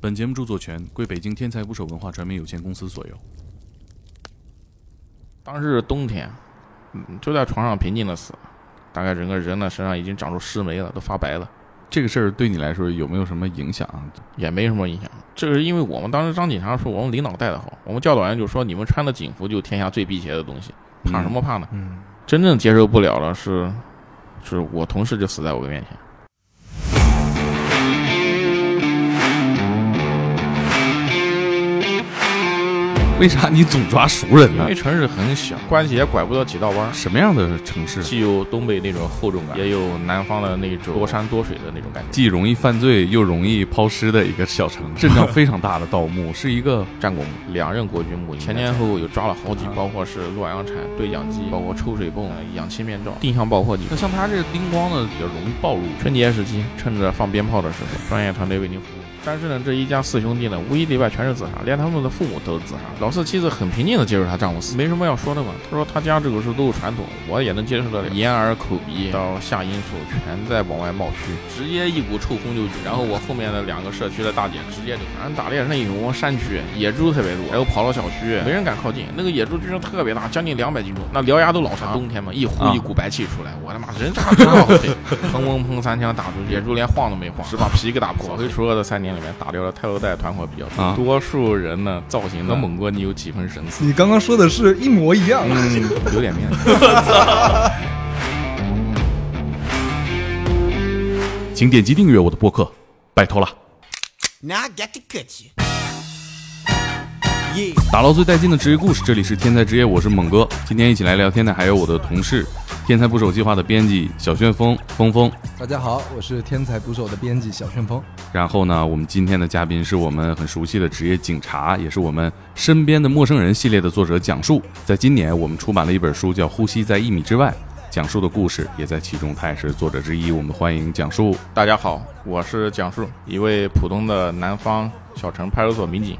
本节目著作权归北京天才捕手文化传媒有限公司所有。当时是冬天，嗯，就在床上平静的死，大概整个人呢身上已经长出湿霉了，都发白了，这个事儿对你来说有没有什么影响啊？也没什么影响。这个是因为我们当时当警察说我们领导带的好，我们教导员就说你们穿的警服就是天下最辟邪的东西，怕什么怕呢？嗯，真正接受不了了是，是我同事就死在我面前。为啥你总抓熟人因呢为？城市很小，关系也拐不到几道弯儿，什么样的城市既有东北那种厚重感，也有南方的那种多山多水的那种感觉。既容易犯罪又容易抛尸的一个小城？镇上非常大的盗墓，是一个战功两任国军墓，前前后后有抓了好几，包括是洛阳铲、对讲机，包括抽水泵、氧气面罩、定向爆破机。那像他这个叮咣的比较容易暴露。春节时期，趁着放鞭炮的时候，专业团队为您服务。但是呢，这一家四兄弟呢，无一例外全是自杀，连他们的父母都是自杀。老四妻子很平静地接受她丈夫死，没什么要说的嘛。她说她家这个事都是传统，我也能接受得了。眼耳口鼻到下阴处全在往外冒虚，直接一股臭风就。然后我后面的两个社区的大姐直接就，反正打猎那一窝山区野猪特别多，然后跑到小区，没人敢靠近。那个野猪据说特别大，将近两百斤重，那獠牙都老长。冬天嘛，一啊呼一股白气出来，我他妈人 差点往后退。砰砰砰三枪打出去，野猪连晃都没晃，只把皮给打破。回除恶的三年里面，打掉了泰罗带团伙比较多，啊多数人呢造型跟猛哥你有几分神似，你刚刚说的是一模一样。嗯，有点面子。 请点击订阅我的播客，拜托了。 Now I got to cut you. Yeah. 打捞最带劲的职业故事，这里是天才职业，我是猛哥。今天一起来聊天的还有我的同事，天才捕手计划的编辑小旋风峰峰。大家好，我是天才捕手的编辑小旋风。然后呢，我们今天的嘉宾是我们很熟悉的职业警察，也是我们身边的陌生人系列的作者讲述。在今年，我们出版了一本书，叫《呼吸在一米之外》，讲述的故事也在其中，他也是作者之一。我们欢迎讲述。大家好，我是讲述一位普通的南方小城派出所民警，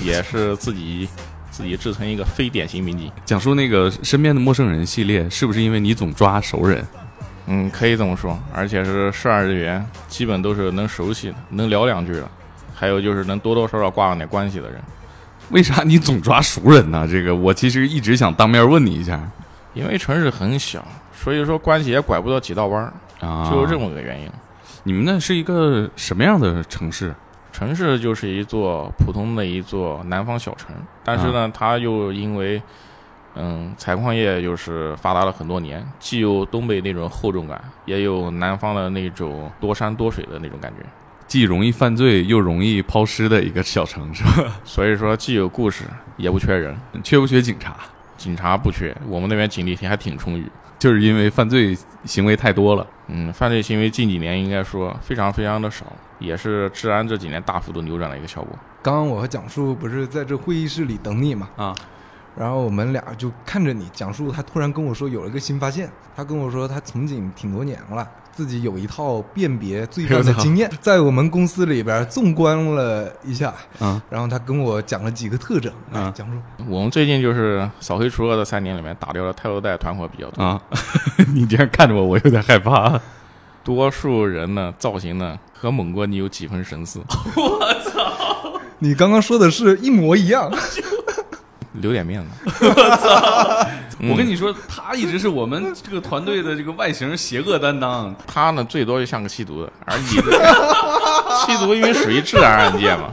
也是自己自己制成一个非典型民警。讲述那个身边的陌生人系列，是不是因为你总抓熟人？嗯，可以这么说，而且是涉案人员基本都是能熟悉的，能聊两句的，还有就是能多多少少挂上点关系的人。为啥你总抓熟人呢？这个我其实一直想当面问你一下因为城市很小，所以说关系也拐不到几道弯儿，啊，就是这么个原因。你们那是一个什么样的城市？城市就是一座普通的一座南方小城，但是呢，它又因为嗯采矿业又是发达了很多年，既有东北那种厚重感，也有南方的那种多山多水的那种感觉。既容易犯罪又容易抛尸的一个小城，是吧？ 所以说，既有故事，也不缺人，缺不缺警察？警察不缺，我们那边警力还挺充裕。就是因为犯罪行为太多了。嗯，犯罪行为近几年应该说非常非常的少，也是治安这几年大幅度扭转的一个效果。刚刚我和讲述不是在这会议室里等你嘛？啊，然后我们俩就看着你，讲述他突然跟我说有了一个新发现，他跟我说他从警挺多年了。自己有一套辨别罪犯的经验，在我们公司里边纵观了一下，嗯，然后他跟我讲了几个特征，来嗯讲述我们最近就是扫黑除恶的三年里面，打掉了泰罗带团伙比较多，啊！ 你这样看着我，我有点害怕。多数人呢造型呢和猛哥你有几分神似， 你刚刚说的是一模一样，留点面子。我跟你说，他一直是我们这个团队的这个外形邪恶担 当。哦他呢最多就像个吸毒的，而你的吸毒因为属于治安案件嘛，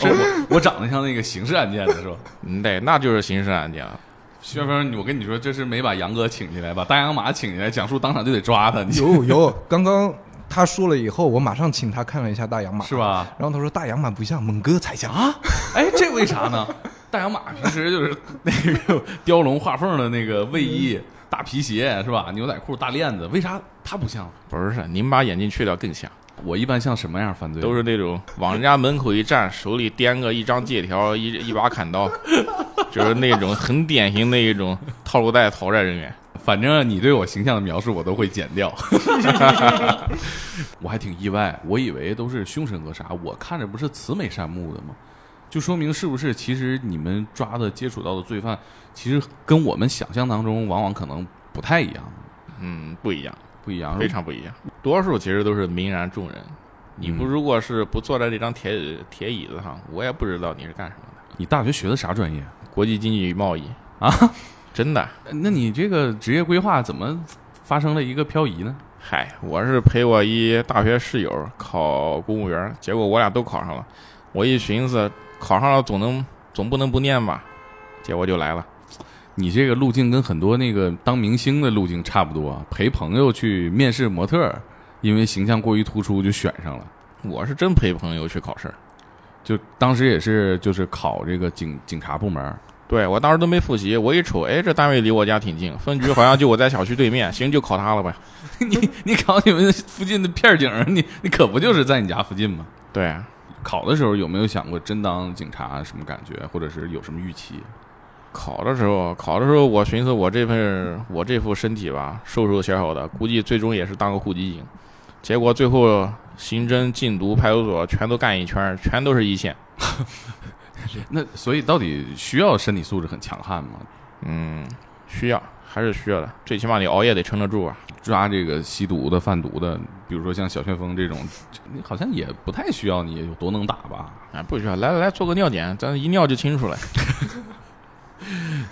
我我长得像那个刑事案件的是吧？嗯对，那就是刑事案件了。薛峰，我跟你说，这是没把杨哥请进来，把大洋马请进来，讲述当场就得抓他，你 有有，刚刚他说了以后，我马上请他看了一下大洋马， 是吧？然后他说大洋马不像，猛哥才像。 啊，哎，这为啥呢？大洋马平时就是那个雕龙画凤的那个卫衣、嗯大皮鞋是吧？牛仔裤、大链子，为啥他不像？不是，您把眼镜去掉更像，我一般像什么样犯罪？都是那种往人家门口一站，手里掂个一张借条，一 一把砍刀，就是那种很典型的一种套路贷讨债人员。反正你对我形象的描述我都会剪掉。 我还挺意外，我以为都是凶神恶煞，我看着不是慈眉善目的吗？就说明是不是其实你们抓的接触到的罪犯，其实跟我们想象当中往往可能不太一样，嗯，不一样。不一样。非常不一样。多数其实都是泯然众人，你不如果是不坐在这张铁铁椅子上，我也不知道你是干什么的。你大学学的啥专业国际经济与贸易，啊？ 真的，那你这个职业规划怎么发生了一个漂移呢？嗨，我是陪我一大学室友考公务员，结果我俩都考上了。我一寻思，考上了总能总不能不念吧，结果就来了。你这个路径跟很多那个当明星的路径差不多啊，陪朋友去面试模特儿，因为形象过于突出就选上了。我是真陪朋友去考试，就当时也是就是考这个警警察部门儿， 对我当时都没复习，我一瞅，哎，这单位离我家挺近，分局好像就我在小区对面，行，就考它了呗。你你考你们附近的片儿警儿，你你可不就是在你家附近吗？对啊，考的时候有没有想过真当警察什么感觉，或者是有什么预期？考的时候，考的时候，我寻思我这份我这副身体吧，瘦瘦小小的，估计最终也是当个户籍警。结果最后刑侦、禁毒、派出所全都干一圈儿，全都是一线。那所以到底需要身体素质很强悍吗？嗯，需要还是需要的，最起码你熬夜得撑得住啊。抓这个吸毒的、贩毒的，比如说像小旋风这种，你好像也不太需要你有多能打吧？啊，不需要，来来来，做个尿检，咱一尿就清楚了。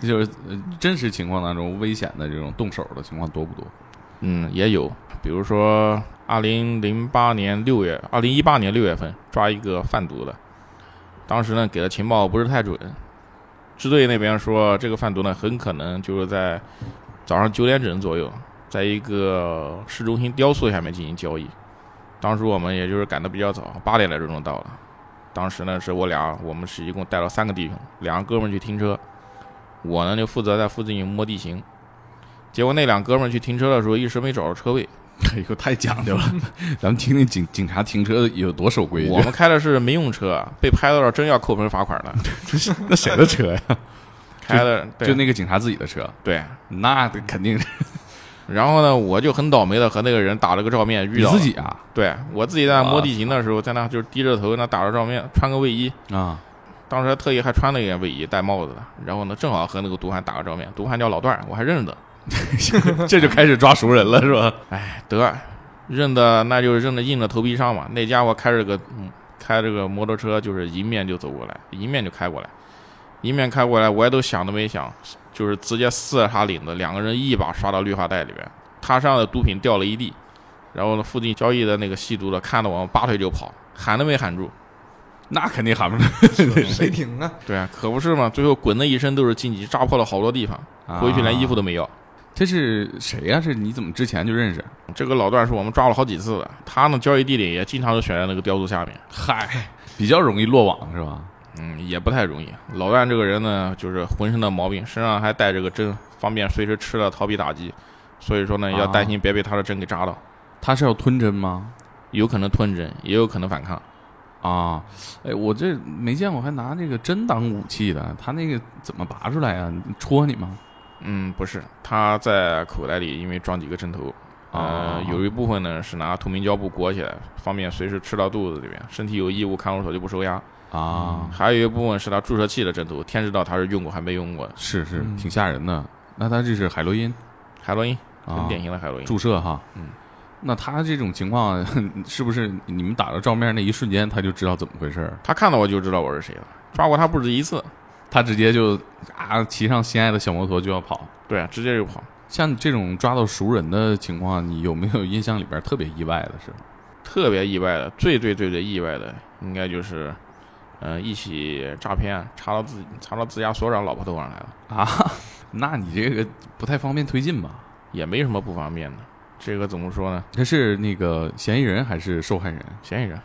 就是呃真实情况当中危险的这种动手的情况多不多？嗯，也有，比如说二零零八年六月，二零一八年六月份抓一个贩毒的，当时呢给的情报不是太准，支队那边说这个贩毒呢很可能就是在早上九点整左右，在一个市中心雕塑下面进行交易。当时我们也就是赶得比较早，八点来钟就到了。当时呢是我俩，我们是一共带了三个弟兄，两个哥们儿去停车，我呢就负责在附近摸地形。结果那两哥们儿去停车的时候，一时没找着车位。哎呦，太讲究了！ 咱们听听警警察停车有多守规矩我。们开的是民用车，啊被拍到了真要扣分罚款 的。那谁的车呀？开的 对就那个警察自己的车，对。那肯定是然后呢，我就很倒霉的和那个人打了个照面，遇你到了自己啊对我自己在那摸哇地形的时候，在那就是低着头那打着照面，穿个卫衣，啊！当时还特意还穿了一件卫衣，戴帽子的。然后呢，正好和那个毒贩打个照面，毒贩叫老段儿，我还认识的。这就开始抓熟人了，是吧？哎，得认的那就认的硬着头皮上嘛。那家伙开着个、嗯、开着个摩托车，就是迎面就走过来，迎面就开过来，迎面开过来，我也都想都没想，就是直接撕了他领子，两个人一把刷到绿化带里边，他身上的毒品掉了一地。然后呢，附近交易的那个吸毒的看到我们拔腿就跑，喊都没喊住。那肯定喊不上 谁停 啊？对啊，可不是嘛，最后滚的一身都是荆棘，扎破了好多地方，回去连衣服。啊都没要。这是谁呀、这你怎么之前就认识？这个老段是我们抓了好几次的，他呢交易地点也经常是选在那个雕塑下面。嗨，比较容易落网是吧？嗯，也不太容易。老段这个人呢，就是浑身的毛病，身上还带着个针，方便随时吃了逃避打击。所以说呢，啊要担心别被他的针给扎到，他是要吞针吗？有可能吞针，也有可能反抗。啊，哎，我这没见过还拿这个针当武器的，他那个怎么拔出来呀、戳你吗？嗯，不是，他在口袋里因为装几个针头，啊呃，有一部分呢是拿透明胶布裹起来，方便随时吃到肚子里面。身体有异物，看守所就不收押。啊，还有一部分是拿注射器的针头，天知道他是用过还没用过的。是是，嗯挺吓人的。那他这是海洛因海洛因，啊很，典型的海洛因。注射哈。嗯，那他这种情况 是不是你们打着照面那一瞬间他就知道怎么回事儿？他看到我就知道我是谁了，抓过他不止一次。他直接就啊骑上心爱的小摩托就要跑。对啊，直接就跑。像这种抓到熟人的情况，你有没有印象里边特别意外的事？特别意外的，最最最最意外的，应该就是，嗯、一起诈骗案查到自己查到自家所长老婆头上来了，啊，那你这个不太方便推进吧？也没什么不方便的。这个怎么说呢？他是那个嫌疑人还是受害人嫌疑人，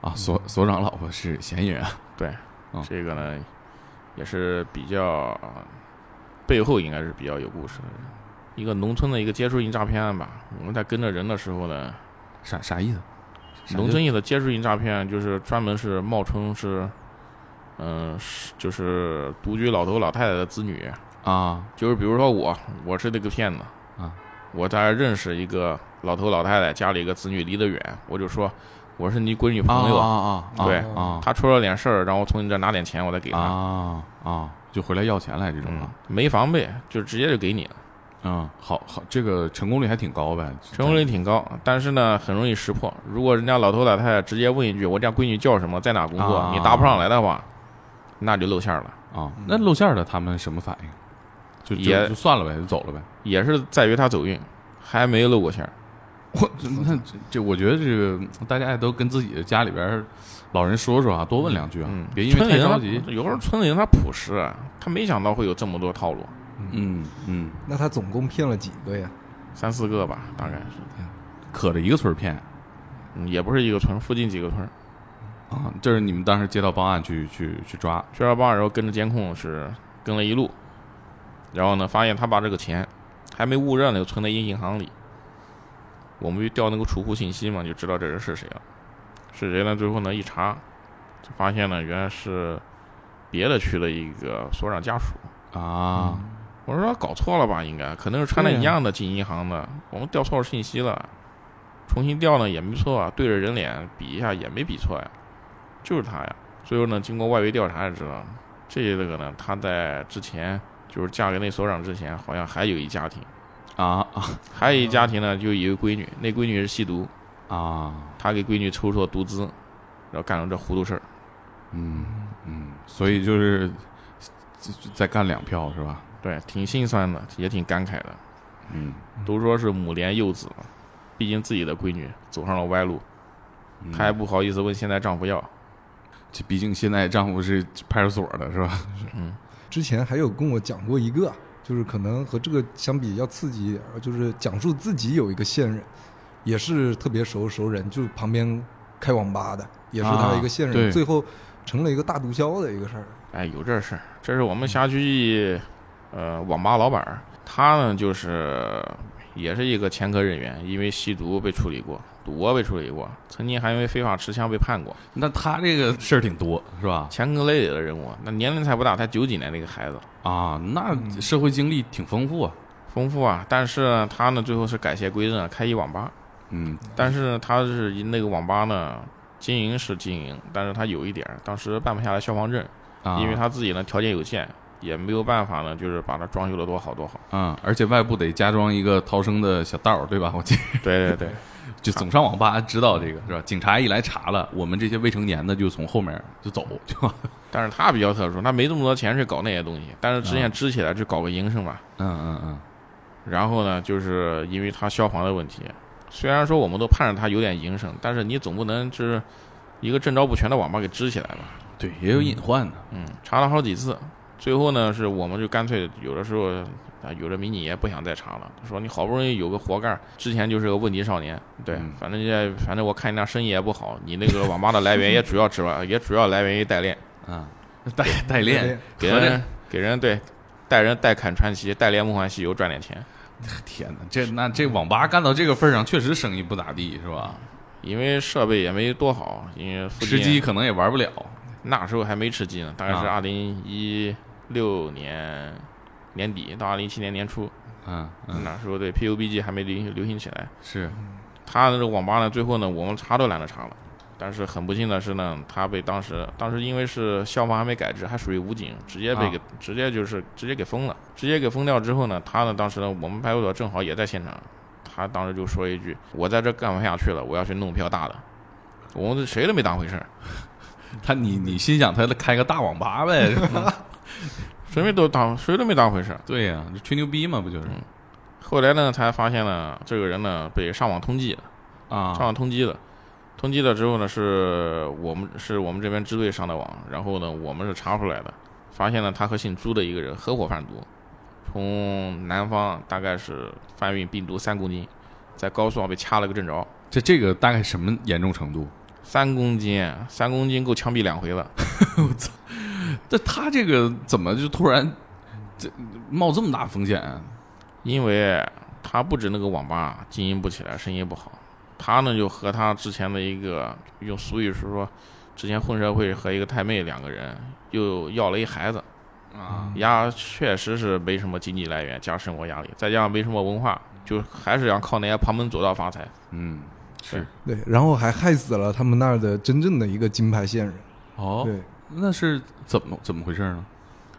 啊？所所长老婆是嫌疑人啊，对，哦这个呢，也是比较背后应该是比较有故事的人。一个农村的一个接触性诈骗案吧。我们在跟着人的时候呢，啥啥意思？啥农村里的接触性诈骗就是专门是冒充是，嗯、是就是独居老头老太太的子女，啊就是比如说我，我是那个骗子啊，我在认识一个老头老太太，家里一个子女离得远，我就说我是你闺女朋友，啊啊啊，对啊她出了点事儿，然后从你这拿点钱，我再给她，啊啊，就回来要钱来这种嗯啊，没防备，就直接就给你了。嗯，好好，这个成功率还挺高呗，成功率挺高，但是呢，很容易识破。如果人家老头老太太直接问一句“我家闺女叫什么，在哪工作”，啊你答不上来的话，那就露馅儿了。啊。那露馅儿的他们什么反应？就就也就算了呗，就走了呗。也是在于她走运，还没露过馅儿。我那这这，我觉得这个大家也都跟自己的家里边儿老人说说啊，多问两句啊，嗯，别因为村太里人着他急。有时候村里人他朴实啊，他没想到会有这么多套路，嗯嗯，那他总共骗了几个呀？三四个吧，大概是，可着一个村儿骗嗯也不是一个村，附近几个村。啊，这是你们当时接到报案去去去抓去二八，然后跟着监控是跟了一路，然后呢，发现他把这个钱还没误认呢，就存在一银行里。我们就调那个储户信息嘛，就知道这人是谁了。是谁呢？最后呢一查，就发现呢原来是别的区的一个所长家属。啊，我说搞错了吧，应该可能是穿的一样的进银行的，我们调错了信息了，重新调呢也没错啊，对着人脸比一下也没比错呀，就是他呀。最后呢，经过外围调查也知道，这这个呢，他在之前就是嫁给那所长之前，好像还有一家庭，啊啊还有一家庭呢，就有一个闺女，那闺女是吸毒，啊，他给闺女抽出了毒资，然后干了这糊涂事儿。嗯嗯，所以就是就就再干两票是吧？对，挺心酸的，也挺感慨的。嗯，都说是母怜幼子嘛，毕竟自己的闺女走上了歪路。嗯她还不好意思问现在丈夫要。这毕竟现在丈夫是派出所的是吧？ 之前还有跟我讲过一个，就是可能和这个相比要刺激一点，就是讲述自己有一个线人，也是特别熟熟人，就是旁边开网吧的，也是他一个线啊对人，最后成了一个大毒枭的一个事儿。哎，有这事儿，这是我们辖区，呃，网吧老板儿，他呢就是也是一个前科人员，因为吸毒被处理过，赌博被处理过，曾经还因为非法持枪被判过，那他这个事儿挺多是吧？前科累累的人物。那年龄才不大，才九几年那个孩子，啊，嗯那社会经历挺丰富啊。丰富啊。但是呢，他呢最后是改邪归正，啊开一网吧。嗯但是呢，他是以那个网吧呢经营是经营，但是他有一点儿，当时办不下来消防证。啊，因为他自己呢条件有限，也没有办法呢，就是把它装修的多好多好。嗯，而且外部得加装一个逃生的小道儿，对吧？我 记对对对，就总上网吧知道这个是吧？警察一来查了，我们这些未成年的就从后面就走，就但是他比较特殊，他没这么多钱去搞那些东西，但是之前支起来去搞个营生嘛。 嗯嗯嗯然后呢，就是因为他消防的问题，虽然说我们都盼着他有点营生，但是你总不能就是一个正招不全的网吧给支起来吧？，对，也有隐患的。嗯，查了好几次，最后呢，是我们就干脆有的时候啊，有的迷你也不想再查了，说你好不容易有个活干儿，之前就是个问题少年，对，嗯反正也反正我看你那生意也不好，你那个网吧的来源也主要指望也主要来源于代练，嗯，代代练，给合人着给人对。带人代砍传奇，代练梦幻西游赚点钱，天哪，这那这网吧干到这个份儿上，确实生意不咋地，是吧？因为设备也没多好，因为附吃近鸡可能也玩不了。那时候还没吃鸡呢，大概是啊二零一六年年底到二零一七年年初，嗯嗯，那时候对 PUBG 还没流行流行起来，是他的这个网吧呢，最后呢，我们查都懒得查了。但是很不幸的是呢，他被当时当时因为是消防还没改制，还属于武警，直接被啊给、直接就是直接给封了，直接给封掉之后呢，他呢当时呢，我们派出所正好也在现场，他当时就说一句：“我在这干不下去了，我要去弄票大的。”我们谁都没当回事儿，他，你你心想他开个大网吧呗？是吧谁没都当谁都没当回事儿。对呀，这吹牛逼嘛，不就是后来呢，才发现呢，这个人呢被上网通缉了，上啊？网通缉了。通缉了之后呢，是我们是我们这边支队上的网，然后呢，我们是查出来的，发现了他和姓朱的一个人合伙贩毒，从南方大概是贩运病毒三公斤，在高速上被掐了个正着，这这个大概什么严重程度？三公斤，啊三公斤够枪毙两回了。这他这个怎么就突然这冒这么大风险啊？因为他不止那个网吧经营不起来，生意不好，他呢就和他之前的一个用俗语说说，之前混社会和一个太妹两个人又要了一孩子。啊压确实是没什么经济来源加生活压力，再加上没什么文化，就还是要靠那些旁门左道发财。嗯，是对，然后还害死了他们那儿的真正的一个金牌线人。哦，对，那是怎么怎么回事呢？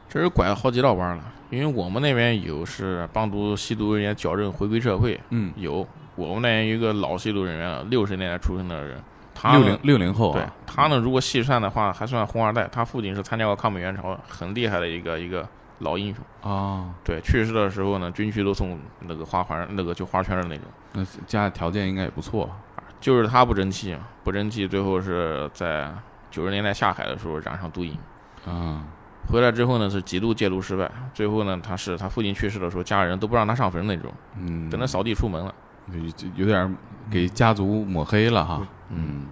这人拐了好几道弯了。因为我们那边有是帮助吸毒人员矫正回归社会，嗯，有我们那边有一个老吸毒人员了，六十年代出生的人，他六呢零六零后对啊，他呢，如果细算的话，还算红二代。他父亲是参加过抗美援朝，很厉害的一个一个老英雄。啊，对，去世的时候呢，军区都送那个花环，那个就花圈的那种。那家里条件应该也不错，啊就是他不争气，不争气，最后是在九十年代下海的时候染上毒瘾。啊，回来之后呢，是极度戒毒失败。最后呢，他是他父亲去世的时候，家人都不让他上坟那种，嗯，等他扫地出门了。有就有点给家族抹黑了哈，嗯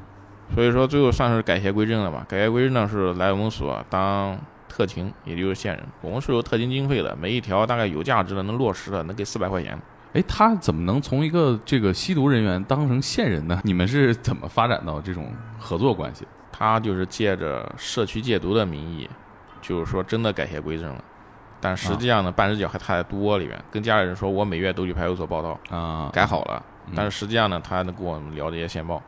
所以说最后算是改邪归正了吧。改邪归正呢是来我们所当特勤，也就是线人。我们是有特勤经费的，每一条大概有价值的、能落实的，能给四百块钱。哎，他怎么能从一个这个吸毒人员当成线人呢？你 们是怎么发展到这种合作关系？他就是借着社区戒毒的名义，就是说真的改邪归正了。但实际上呢，半只脚还踏在毒窝里面，跟家里人说我每月都去派出所报道，啊，改好了嗯，但是实际上呢，他还能跟我们聊这些线报，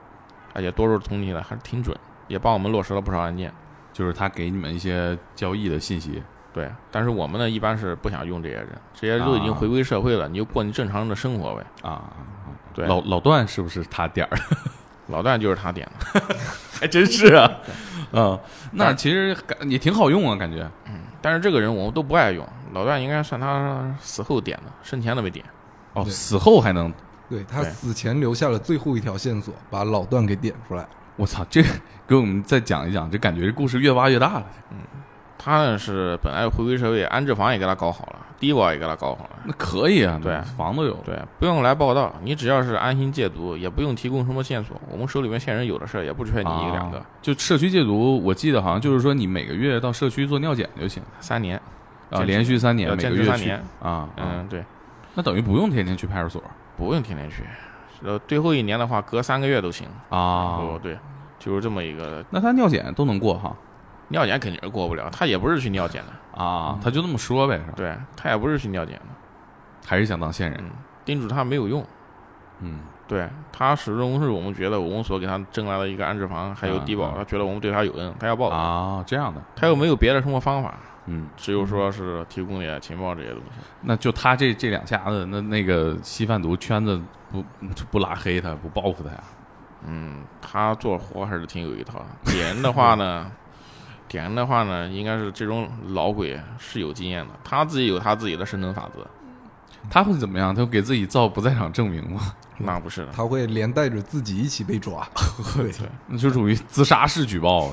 而且多数统计呢还是挺准，也帮我们落实了不少案件。就是他给你们一些交易的信息，对，啊但是我们呢一般是不想用这些人，这些人都已经回归社会了，你就过你正常人的生活呗。啊，对，老老段是不是他点 儿？老段就是他点的，还真是啊，嗯，那其实感也挺好用啊，感觉但是这个人我们都不爱用，老段应该算他死后点的，生前都没点。哦，对死后还能，对他对死前留下了最后一条线索，把老段给点出来。我操，这给我们再讲一讲，这感觉这故事越挖越大了，他呢是本来回归社会，安置房也给他搞好了，低保也给他搞好了。那可以啊，对房都有，对，不用来报道，你只要是安心戒毒，也不用提供什么线索，我们手里面线人有的是，也不缺你一个两个啊。就社区戒毒，我记得好像就是说你每个月到社区做尿检就行三年，啊，坚持连续三年，要每坚个持月三去年啊，啊嗯，对，那等于不用天天去派出所不用天天去。呃，最后一年的话，隔三个月都行。啊，。哦对，就是这么一个那他尿检都能过哈尿检肯定是过不了，他也不是去尿检的，啊，他就那么说呗，是吧？对他也不是去尿检的，还是想当线人，嗯，叮嘱他没有用，嗯，对他始终是我们觉得我们所给他争来了一个安置房，还有低啊保，他觉得我们对他有恩，他要报答，啊，这样的，他又没有别的生活方法，嗯，只有说是提供点情报这些东西，那就他这这两下子，那那个吸贩毒圈子不不拉黑他，不报复他呀？嗯，他做活还是挺有一套的。点人的话呢， 点人的话呢，应该是这种老鬼是有经验的，他自己有他自己的生存法则，他会怎么样？他会给自己造不在场证明吗？ 那不是的，他会连带着自己一起被抓。对，那就属于自杀式举报啊，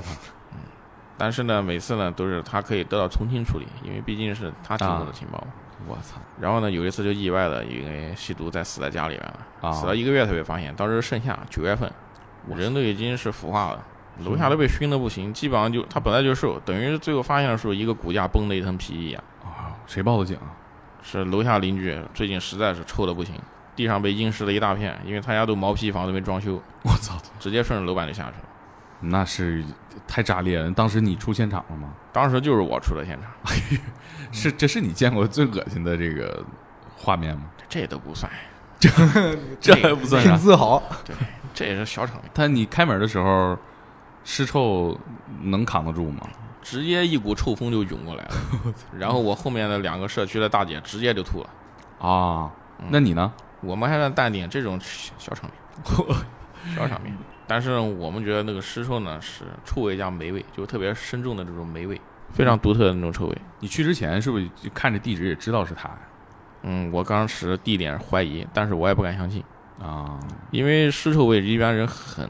但是呢，每次呢都是他可以得到从轻处理，因为毕竟是他提供啊的情报嘛。他我操然后呢，有一次就意外的因为吸毒在死在家里面了，啊！死了一个月才被发现。当时盛夏九月份，人都已经是腐化了，楼下都被熏的不行，基本上就他本来就瘦，等于是最后发现的时候，一个骨架崩的一层皮一样。啊谁报的警啊？是楼下邻居最近实在是臭的不行，地上被阴湿了一大片，因为他家都毛坯房都没装修，我操，直接顺着楼板就下去了。那是太炸裂了！当时你出现场了吗？当时就是我出了现场，嗯是，这是你见过最恶心的这个画面吗？这都不算，这这还不算挺啥。自豪。这也是小场面，他你开门的时候，尸臭能扛得住吗？直接一股臭风就涌过来了。然后我后面的两个社区的大姐直接就吐了。啊，嗯那你呢？我们还算淡定，这种小场面， 小场面。但是我们觉得那个尸臭呢是臭味加霉味，就特别深重的这种霉味，非常独特的那种臭味。你去之前是不是就看着地址也知道是他呀？嗯，我当时地点怀疑，但是我也不敢相信，啊，因为尸臭味一般人很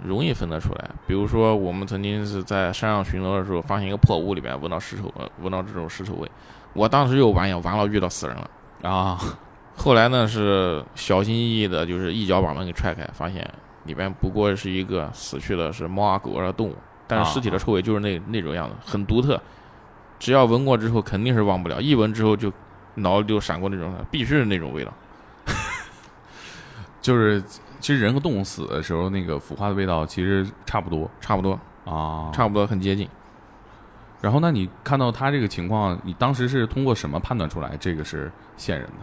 容易分得出来。比如说，我们曾经是在山上巡逻的时候，发现一个破屋里面闻到尸臭，呃闻到这种尸臭味，我当时又完也完了，遇到死人了。啊，后来呢，是小心翼翼的，就是一脚把门给踹开，发现里边不过是一个死去的是猫啊狗啊的动物，但是尸体的臭味就是那那种样子，很独特。只要闻过之后，肯定是忘不了，一闻之后就脑里就闪过那种，必须是那种味道。就是其实人和动物死的时候，那个腐化的味道其实差不多差不多，啊。差不多很接近。然后，那你看到他这个情况，你当时是通过什么判断出来这个是线人的？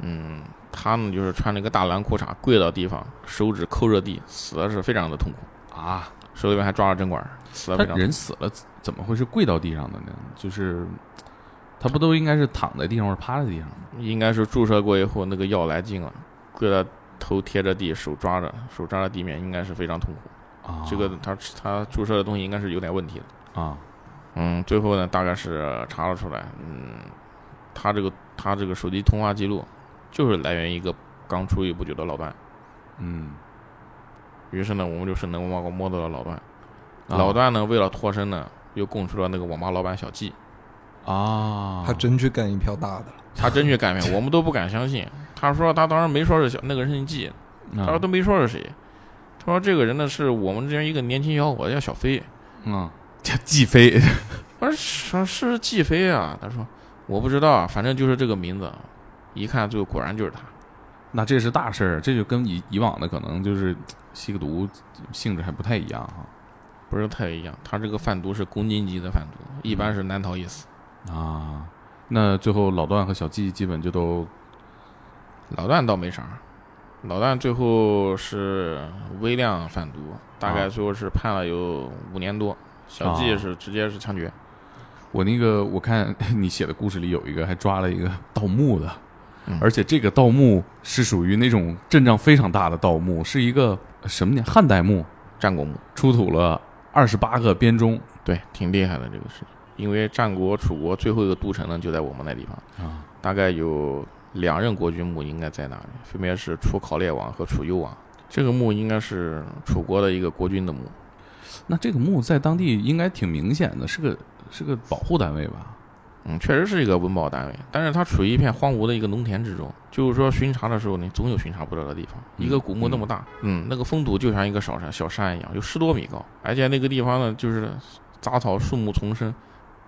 嗯，他呢就是穿了一个大蓝裤衩，跪到地方，手指抠着地，死的是非常的痛苦。啊，手里边还抓着针管，死了他非常人死了，怎么会是跪到地上的呢？就是他不都应该是躺在地上或者趴在地上吗？应该是注射过以后那个药来劲了，跪在头贴着地，手抓着手抓着地面，应该是非常痛苦。啊，这个他他注射的东西应该是有点问题的。啊，嗯，最后呢，大概是查了出来，嗯，他这个他这个手机通话记录就是来源于一个刚出狱不久的老段。嗯，于是呢，我们就是能摸摸到了老段。啊老段呢，为了脱身呢，又供出了那个网吧老板小季，啊，他真去干一票大的了。 他真去改名，我们都不敢相信。他说他当时没说是小那个人姓季，他说啊都没说是谁，他说这个人呢是我们这边一个年轻小伙叫小飞。嗯，叫季飞，我说是是季飞啊，他说我不知道啊，反正就是这个名字，一看就果然就是他。 那这是大事儿，这就跟以以往的可能就是吸个毒性质还不太一样哈。不是太一样，他这个贩毒是公斤级的贩毒，一般是难逃一死。啊，那最后老段和小季基本就都老段倒没啥，老段最后是微量贩毒，大概啊最后是判了有五年多。小季啊是直接是枪决，我那个我看 你写的故事里有一个还抓了一个盗墓的嗯，而且这个盗墓是属于那种阵仗非常大的盗墓，是一个呃什么年汉代墓，战国墓，出土了二十八个编钟对，挺厉害的这个事情。因为战国、楚国最后一个都城呢就在我们那地方，啊大概有两任国君墓应该在那里，分别是楚考烈王和楚幽王。这个墓应该是楚国的一个国君的墓，那这个墓在当地应该挺明显的，是个是个保护单位吧？嗯，确实是一个文保单位，但是它处于一片荒芜的一个农田之中，就是说巡查的时候，你总有巡查不着的地方。一个古墓那么大，嗯，那个封土就像一个小山小山一样，有十多米高，而且那个地方呢，就是杂草树木丛生，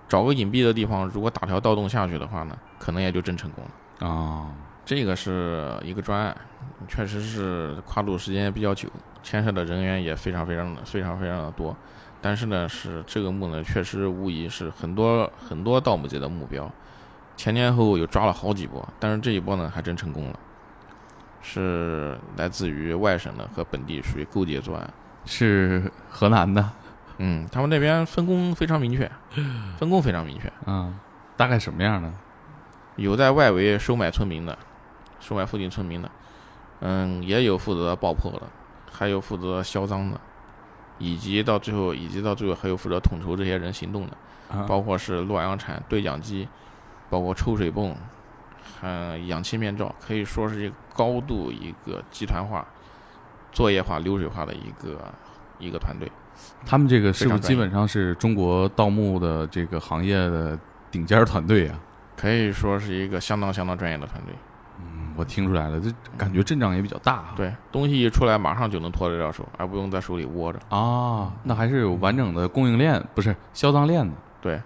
找个隐蔽的地方，如果打条盗洞下去的话呢，可能也就真成功了。哦啊，这个是一个专案，确实是跨度时间比较久，牵涉的人员也非常非常的非常非常的多。但是呢，是这个墓呢，确实无疑是很多很多盗墓贼的目标。前前后后有抓了好几波，但是这一波呢，还真成功了，是来自于外省的和本地属于勾结作案。是河南的，嗯，他们那边分工非常明确，分工非常明确，嗯，大概什么样的？有在外围收买村民的，收买附近村民的，嗯，也有负责爆破的，还有负责销赃的，以及到最后，以及到最后还有负责统筹这些人行动的，啊包括是洛阳铲、对讲机，包括抽水泵，还氧气面罩，可以说是一个高度一个集团化、作业化、流水化的一个一个团队。他们这个是非不是常专业基本上是中国盗墓的这个行业的顶尖团队啊？可以说是一个相当相当专业的团队，嗯，我听出来了，这感觉阵仗也比较大。啊对东西一出来马上就能脱得了手，而不用在手里握着。啊，那还是有完整的供应链，不是销赃链的。对，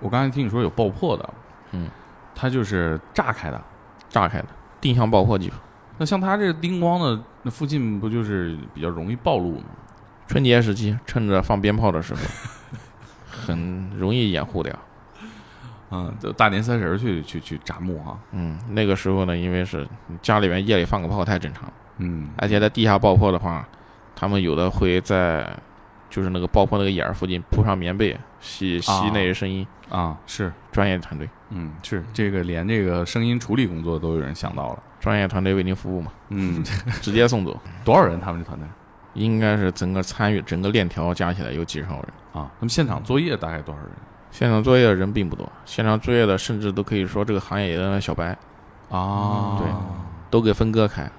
我刚才听你说有爆破的，嗯，它就是炸开的。炸开的定向爆破技术。那像它这叮咣的，那附近不就是比较容易暴露吗？春节时期，趁着放鞭炮 的时候，很容易掩护掉。嗯，就大年三十儿去去去炸啊墓哈、嗯，那个时候呢，因为是家里面夜里放个炮太正常了，嗯，而且在地下爆破的话，他们有的会在就是那个爆破那个眼儿附近铺上棉被，吸吸啊那些声音。啊是，专业团队，嗯是，这个连这个声音处理工作都有人想到了。专业团队为您 服务嘛，嗯，直接送走。多少人？他们这团队应该是整个参与整个链条加起来有几十号人。啊？他们现场作业大概多少人现场作业的人并不多，现场作业的甚至都可以说这个行业里的小白。啊？对都给分割开。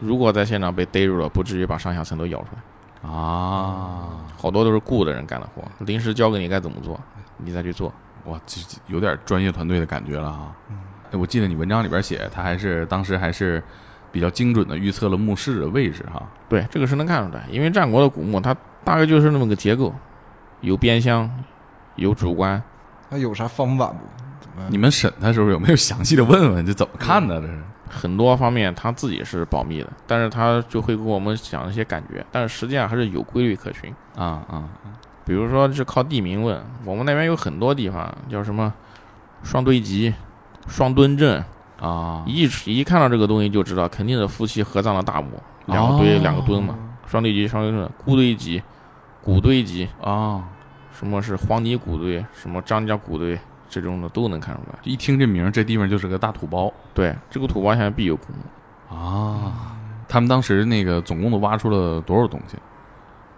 如果在现场被逮住了，不至于把上下层都咬出来。对啊，好多都是雇的人干的活，临时交给你该怎么做，你再去做。哇，这这有点专业团队的感觉了哈。嗯哎我记得你文章里边写，他还是当时还是比较精准的预测了墓室的位置哈。对，这个是能看出来，因为战国的古墓它大概就是那么个结构，有边厢，有主棺。他有啥方法不？怎么你们审他时候有没有详细的问问这怎么看的？这是很多方面他自己是保密的，但是他就会给我们讲一些感觉，但是实际上还是有规律可循。啊嗯啊比如说是靠地名问，我们那边有很多地方叫什么双堆集、双墩镇，啊！一一看到这个东西就知道，肯定是夫妻合葬的大墓，两个堆、哦两个墩嘛，双对极、双对称、孤堆极、古堆集，啊，什么是黄泥古堆，什么张家古堆这种的都能看出来。一听这名儿，这地方就是个大土包对，这个土包下面必有古墓。啊。他们当时那个总共都挖出了多少东西？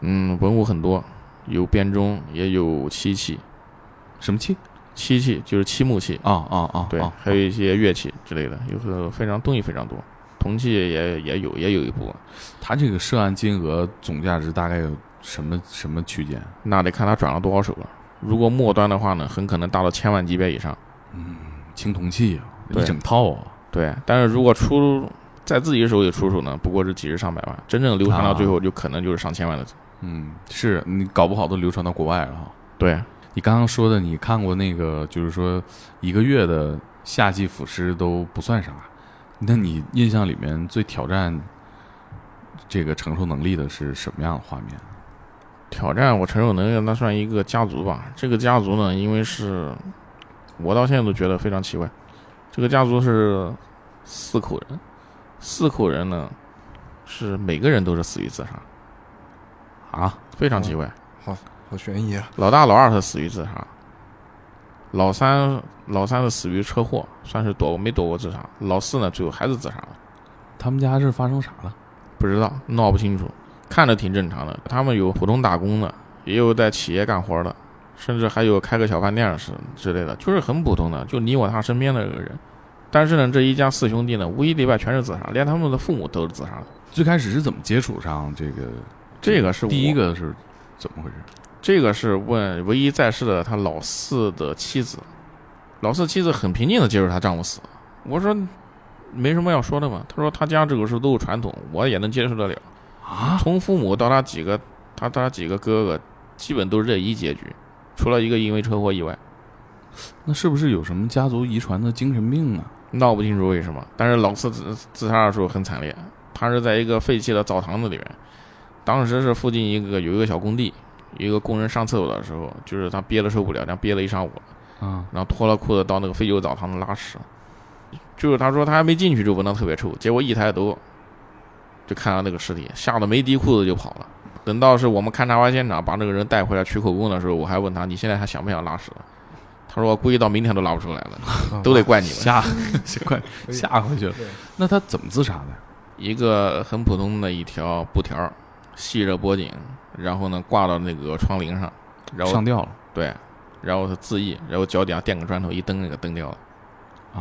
嗯，文物很多，有编钟，也有漆器，什么器？漆器就是漆木器，啊啊啊！对，啊还有一些乐器之类的，有个非常东西非常多，铜器也也有也有一部分。他这个涉案金额总价值大概有什么什么区间？那得看他转了多少手了。如果末端的话呢，很可能达到千万级别以上。青铜器啊，对一整套啊。对，但是如果出在自己手里出手呢，不过是几十上百万，真正流传到最后就可能就是上千万的。嗯，是你搞不好都流传到国外了哈。对，你刚刚说的，你看过那个，就是说一个月的夏季腐蚀都不算啥。那你印象里面最挑战这个承受能力的是什么样的画面？挑战我承受能力，那算一个家族吧。这个家族呢，因为是我到现在都觉得非常奇怪，这个家族是四口人，四口人呢是每个人都是死于自杀，啊，非常奇怪。好好悬疑啊！老大、老二是死于自杀，老三老三是死于车祸，算是躲没躲过自杀。老四呢，最后还是自杀了，他们家是发生啥了？不知道闹不清楚，看着挺正常的。他们有普通打工的，也有在企业干活的，甚至还有开个小饭店是之类的，就是很普通的，就你我他身边的人。但是呢，这一家四兄弟呢，无一例外全是自杀，连他们的父母都是自杀的。最开始是怎么接触上这个？这个是第一我个是怎么回事？这个是问唯一在世的他老四的妻子，老四妻子很平静的接受她丈夫死。我说没什么要说的嘛。她说她家这个是都有传统，我也能接受得了。啊，从父母到他几个，他到他几个哥哥，基本都是这一结局，除了一个因为车祸意外，那是不是有什么家族遗传的精神病啊？闹不清楚为什么。但是老四自自杀的时候很惨烈，他是在一个废弃的澡堂子里面，当时是附近一个有一个小工地，有一个工人上厕所的时候，就是他憋得受不了，然后憋了一上午。啊，然后脱了裤子到那个废旧澡堂子拉屎，就是他说他还没进去就闻到特别臭，结果一抬头就看到那个尸体，吓得没提裤子就跑了。等到是我们勘察完现场，把这个人带回来取口供的时候，我还问他你现在还想不想拉屎？他说我估计到明天都拉不出来了，都得怪你们。吓快吓回去了。对那他怎么自杀的？一个很普通的一条布条，系着脖颈，然后呢挂到那个窗棂上，然后上吊了对，然后他自缢，然后脚底下垫个砖头一蹬，那个蹬掉了。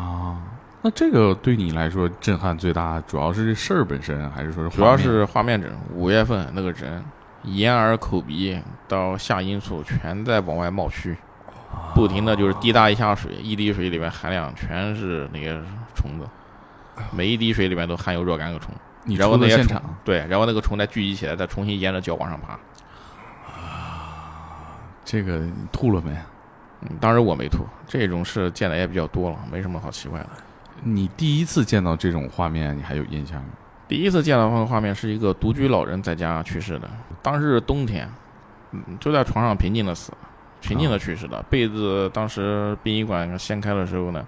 啊？那这个对你来说震撼最大，主要是这事儿本身，还是说是主要画面是画面整，五月份那个人眼耳口鼻到下阴处全在往外冒蛆，不停的就是滴答一下水，一滴水里面含量全是那些虫子，每一滴水里面都含有若干个虫。你然后出的那些现虫场对，然后那个虫再聚集起来，再重新沿着脚往上爬。这个吐了没？啊嗯，当时我没吐，这种事见的也比较多了，没什么好奇怪的。你第一次见到这种画面，你还有印象吗？第一次见到那个画面是一个独居老人在家去世的，当时是冬天，嗯，就在床上平静的死，平静的去世的。被子当时殡仪馆掀开的时候呢，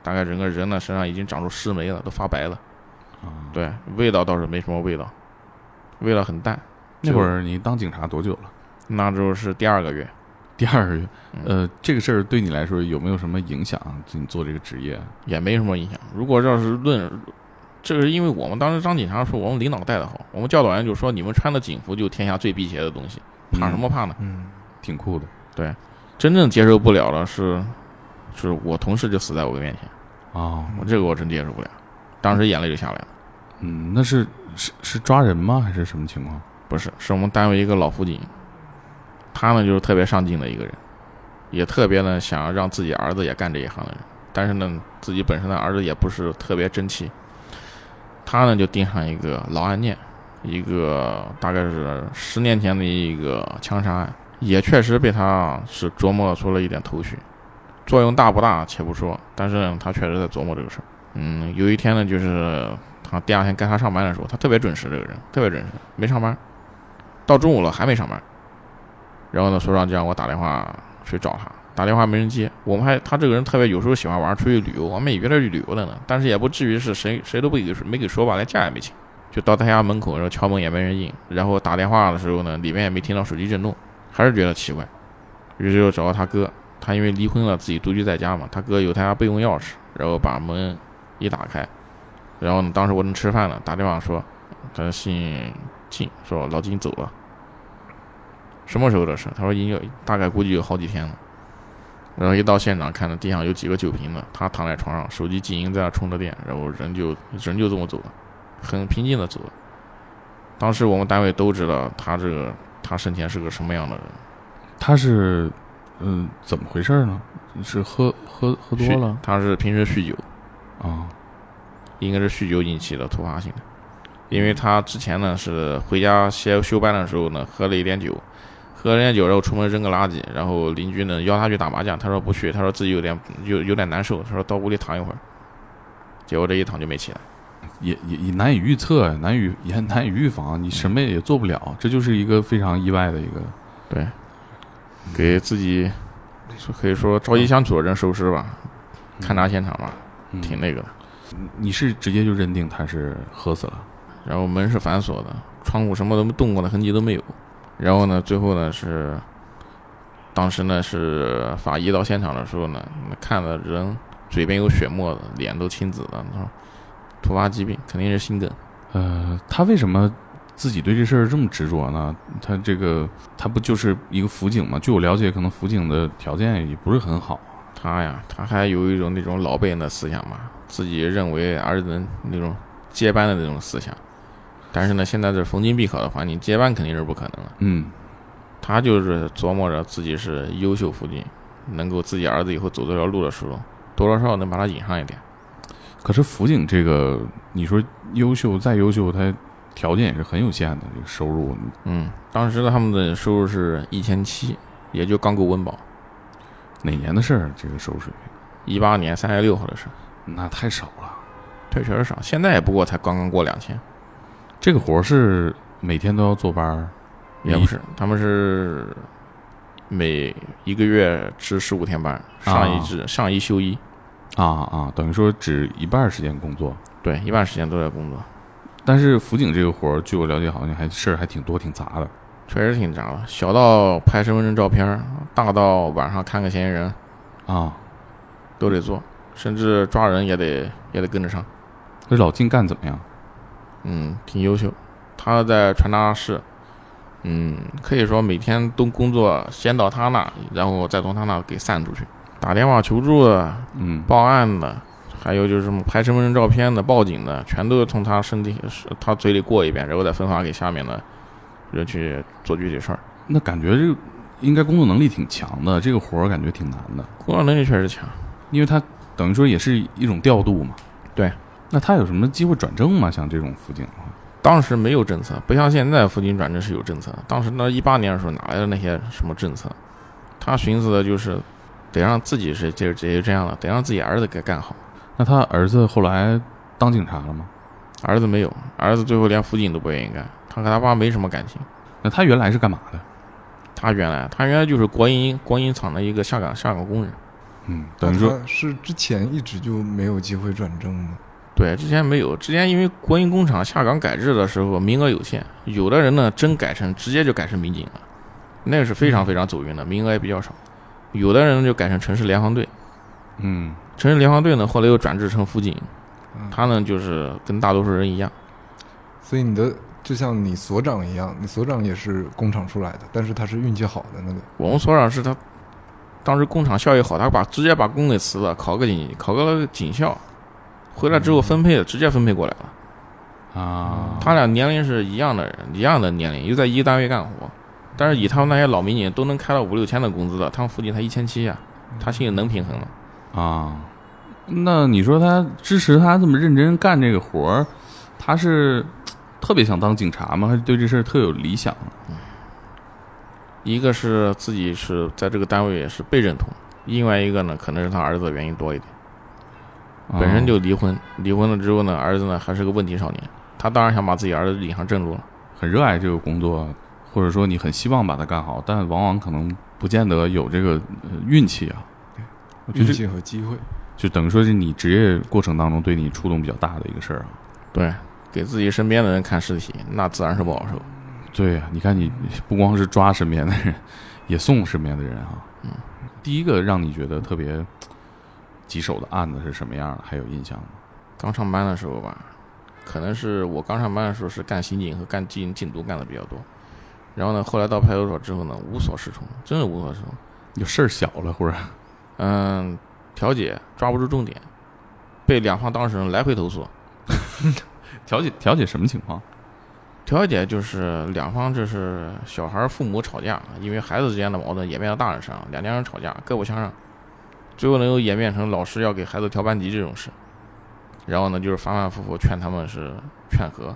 大概整个人呢身上已经长出尸霉了，都发白了。啊，对，味道倒是没什么味道，味道很淡。那会儿你当警察多久了？那时候是第二个月，第二个月，嗯呃，这个事儿对你来说有没有什么影响？啊就你做这个职业，也没什么影响。如果要是论，这个是因为我们当时当警察的时候，我们领导带的好，我们教导员就说你们穿的警服就是天下最辟邪的东西，怕什么怕呢？嗯，挺酷的真正接受不了的是，是我同事就死在我面前，啊。我这个我真接受不了，当时眼泪就下来了。嗯，那是是是抓人吗？还是什么情况？不是，是我们单位一个老辅警，他呢就是特别上进的一个人，也特别呢想让自己儿子也干这一行的人，但是呢自己本身的儿子也不是特别争气，他呢就盯上一个老案件，一个大概是十年前的一个枪杀案，也确实被他是琢磨出了一点头绪，作用大不大且不说，但是呢他确实在琢磨这个事儿。嗯，有一天呢就是。他第二天该他上班的时候，他特别准时，这个人特别准时，没上班。到中午了还没上班，然后呢，所长就让我打电话去找他，打电话没人接。我们还他这个人特别，有时候喜欢玩，出去旅游，我们也约他去旅游了呢，但是也不至于是谁谁都不给没给说吧，连假也没请。就到他家门口，然后敲门也没人应，然后打电话的时候呢，里面也没听到手机震动，还是觉得奇怪，于是又找到他哥，他因为离婚了，自己独居在家嘛，他哥有他家备用钥匙，然后把门一打开，然后呢，当时我正吃饭呢，打电话说，他姓靳，说老金走了，什么时候的事？他说已经有大概估计有好几天了。然后一到现场，看到地上有几个酒瓶子，他躺在床上，手机静音在那充着电，然后人就人就这么走了，很平静的走了。当时我们单位都知道他这个他生前是个什么样的人，他是嗯、怎么回事呢？是喝喝喝多酗了他是平时酗酒，啊？应该是酗酒引起的突发性的，因为他之前呢是回家歇休班的时候呢喝了一点酒，喝了一点酒然后出门扔个垃圾，然后邻居呢邀他去打麻将，他说不去，他说自己有点有有点难受，他说到屋里躺一会儿，结果这一躺就没起来。也也也难以预测，啊难以也难以预防，啊你什么也做不了，这就是一个非常意外的一个。对，给自己可以说朝夕相处的人收尸吧，勘察现场吧，嗯挺那个的。你是直接就认定他是喝死了？然后门是反锁的，窗户什么都没动过的痕迹都没有。然后呢，最后呢是，当时呢是法医到现场的时候呢，看了人嘴边有血沫子，脸都青紫了，他说突发疾病肯定是心梗。呃，他为什么自己对这事儿这么执着呢？他这个他不就是一个辅警吗？据我了解，可能辅警的条件也不是很好。他呀，他还有一种那种老辈人的思想嘛，自己认为儿子那种接班的那种思想。但是呢，现在这逢金必考的环境，接班肯定是不可能了。嗯，他就是琢磨着自己是优秀父亲，能够自己儿子以后走这条路的时候，多多少少能把他引上一点。可是辅警这个，你说优秀再优秀，他条件也是很有限的，这个收入。嗯，当时他们的收入是一千七，也就刚够温饱。哪年的事儿？这个收入水平，一八年三月六号的事，那太少了。退确实少，现在也不过才刚刚过两千，这个活儿是每天都要坐班儿，也不是，他们是每一个月值十五天班，上一值、上一休一，啊啊，等于说只一半儿时间工作。对，一半时间都在工作，但是辅警这个活儿，据我了解，好像还事儿还挺多挺杂的。确实挺杂的，小到拍身份证照片儿，大到晚上看个嫌疑人，啊，都得做，甚至抓人也得也得跟着上。这老金干怎么样？嗯，挺优秀。他在传达室，嗯，可以说每天都工作，先到他那，然后再从他那给散出去。打电话求助的、嗯，报案的，还有就是什么拍身份证照片的、报警的，全都是从他身体、是他嘴里过一遍，然后再分发给下面的人去做具体事儿。那感觉这应该工作能力挺强的，这个活儿感觉挺难的，工作能力确实强，因为他等于说也是一种调度嘛。对，那他有什么机会转正吗？像这种辅警啊的话，当时没有政策，不像现在附近转正是有政策。当时那一八年的时候哪来的那些什么政策？他寻思的就是得让自己是就是也就这样了，得让自己儿子给干好。那他儿子后来当警察了吗？儿子没有，儿子最后连辅警都不愿意干，他和他爸没什么感情。那他原来是干嘛的？他原来他原来就是国营国营厂的一个下岗下岗工人，嗯，等于说那他是之前一直就没有机会转正吗？对，之前没有，之前因为国营工厂下岗改制的时候名额有限，有的人呢真改成直接就改成民警了，那是非常非常走运的，名额也比较少。有的人就改成城市联防队。嗯，城市联防队呢，后来又转制成辅警嗯，他呢就是跟大多数人一样，所以你的就像你所长一样，你所长也是工厂出来的，但是他是运气好的那个。我们所长是他当时工厂效益好，他把直接把工给辞了，考个警考个警校，回来之后分配的直接分配过来了。啊，他俩年龄是一样的人，一样的年龄，又在一个单位干活，但是以他们那些老民警都能开到五六千的工资了，他们辅警才一千七啊，他心里能平衡了。啊，那你说他支持他这么认真干这个活儿，他是特别想当警察吗？还是对这事儿特有理想呢？一个是自己是在这个单位是被认同，另外一个呢可能是他儿子的原因多一点。啊本身就离婚，离婚了之后呢，儿子呢还是个问题少年，他当然想把自己儿子引上正路了。很热爱这个工作，或者说你很希望把它干好，但往往可能不见得有这个呃运气啊。我觉运得这气和机会，就等于说是你职业过程当中对你触动比较大的一个事儿啊。对，给自己身边的人看尸体，那自然是不好受。对呀、你看你不光是抓身边的人，也送身边的人哈。嗯，第一个让你觉得特别棘手的案子是什么样的？还有印象吗？刚上班的时候吧，可能是我刚上班的时候是干刑警和干禁禁毒干的比较多，然后呢，后来到派出所之后呢，无所适从，真是无所适从。有事儿小了，忽然嗯，调解抓不住重点，被两方当事人来回投诉。 调解调解什么情况？调解就是两方就是小孩儿父母吵架，啊因为孩子之间的矛盾演变到大人身上，两家人吵架各不相让，最后能够演变成老师要给孩子调班级这种事。然后呢，就是反反复复劝他们是劝和，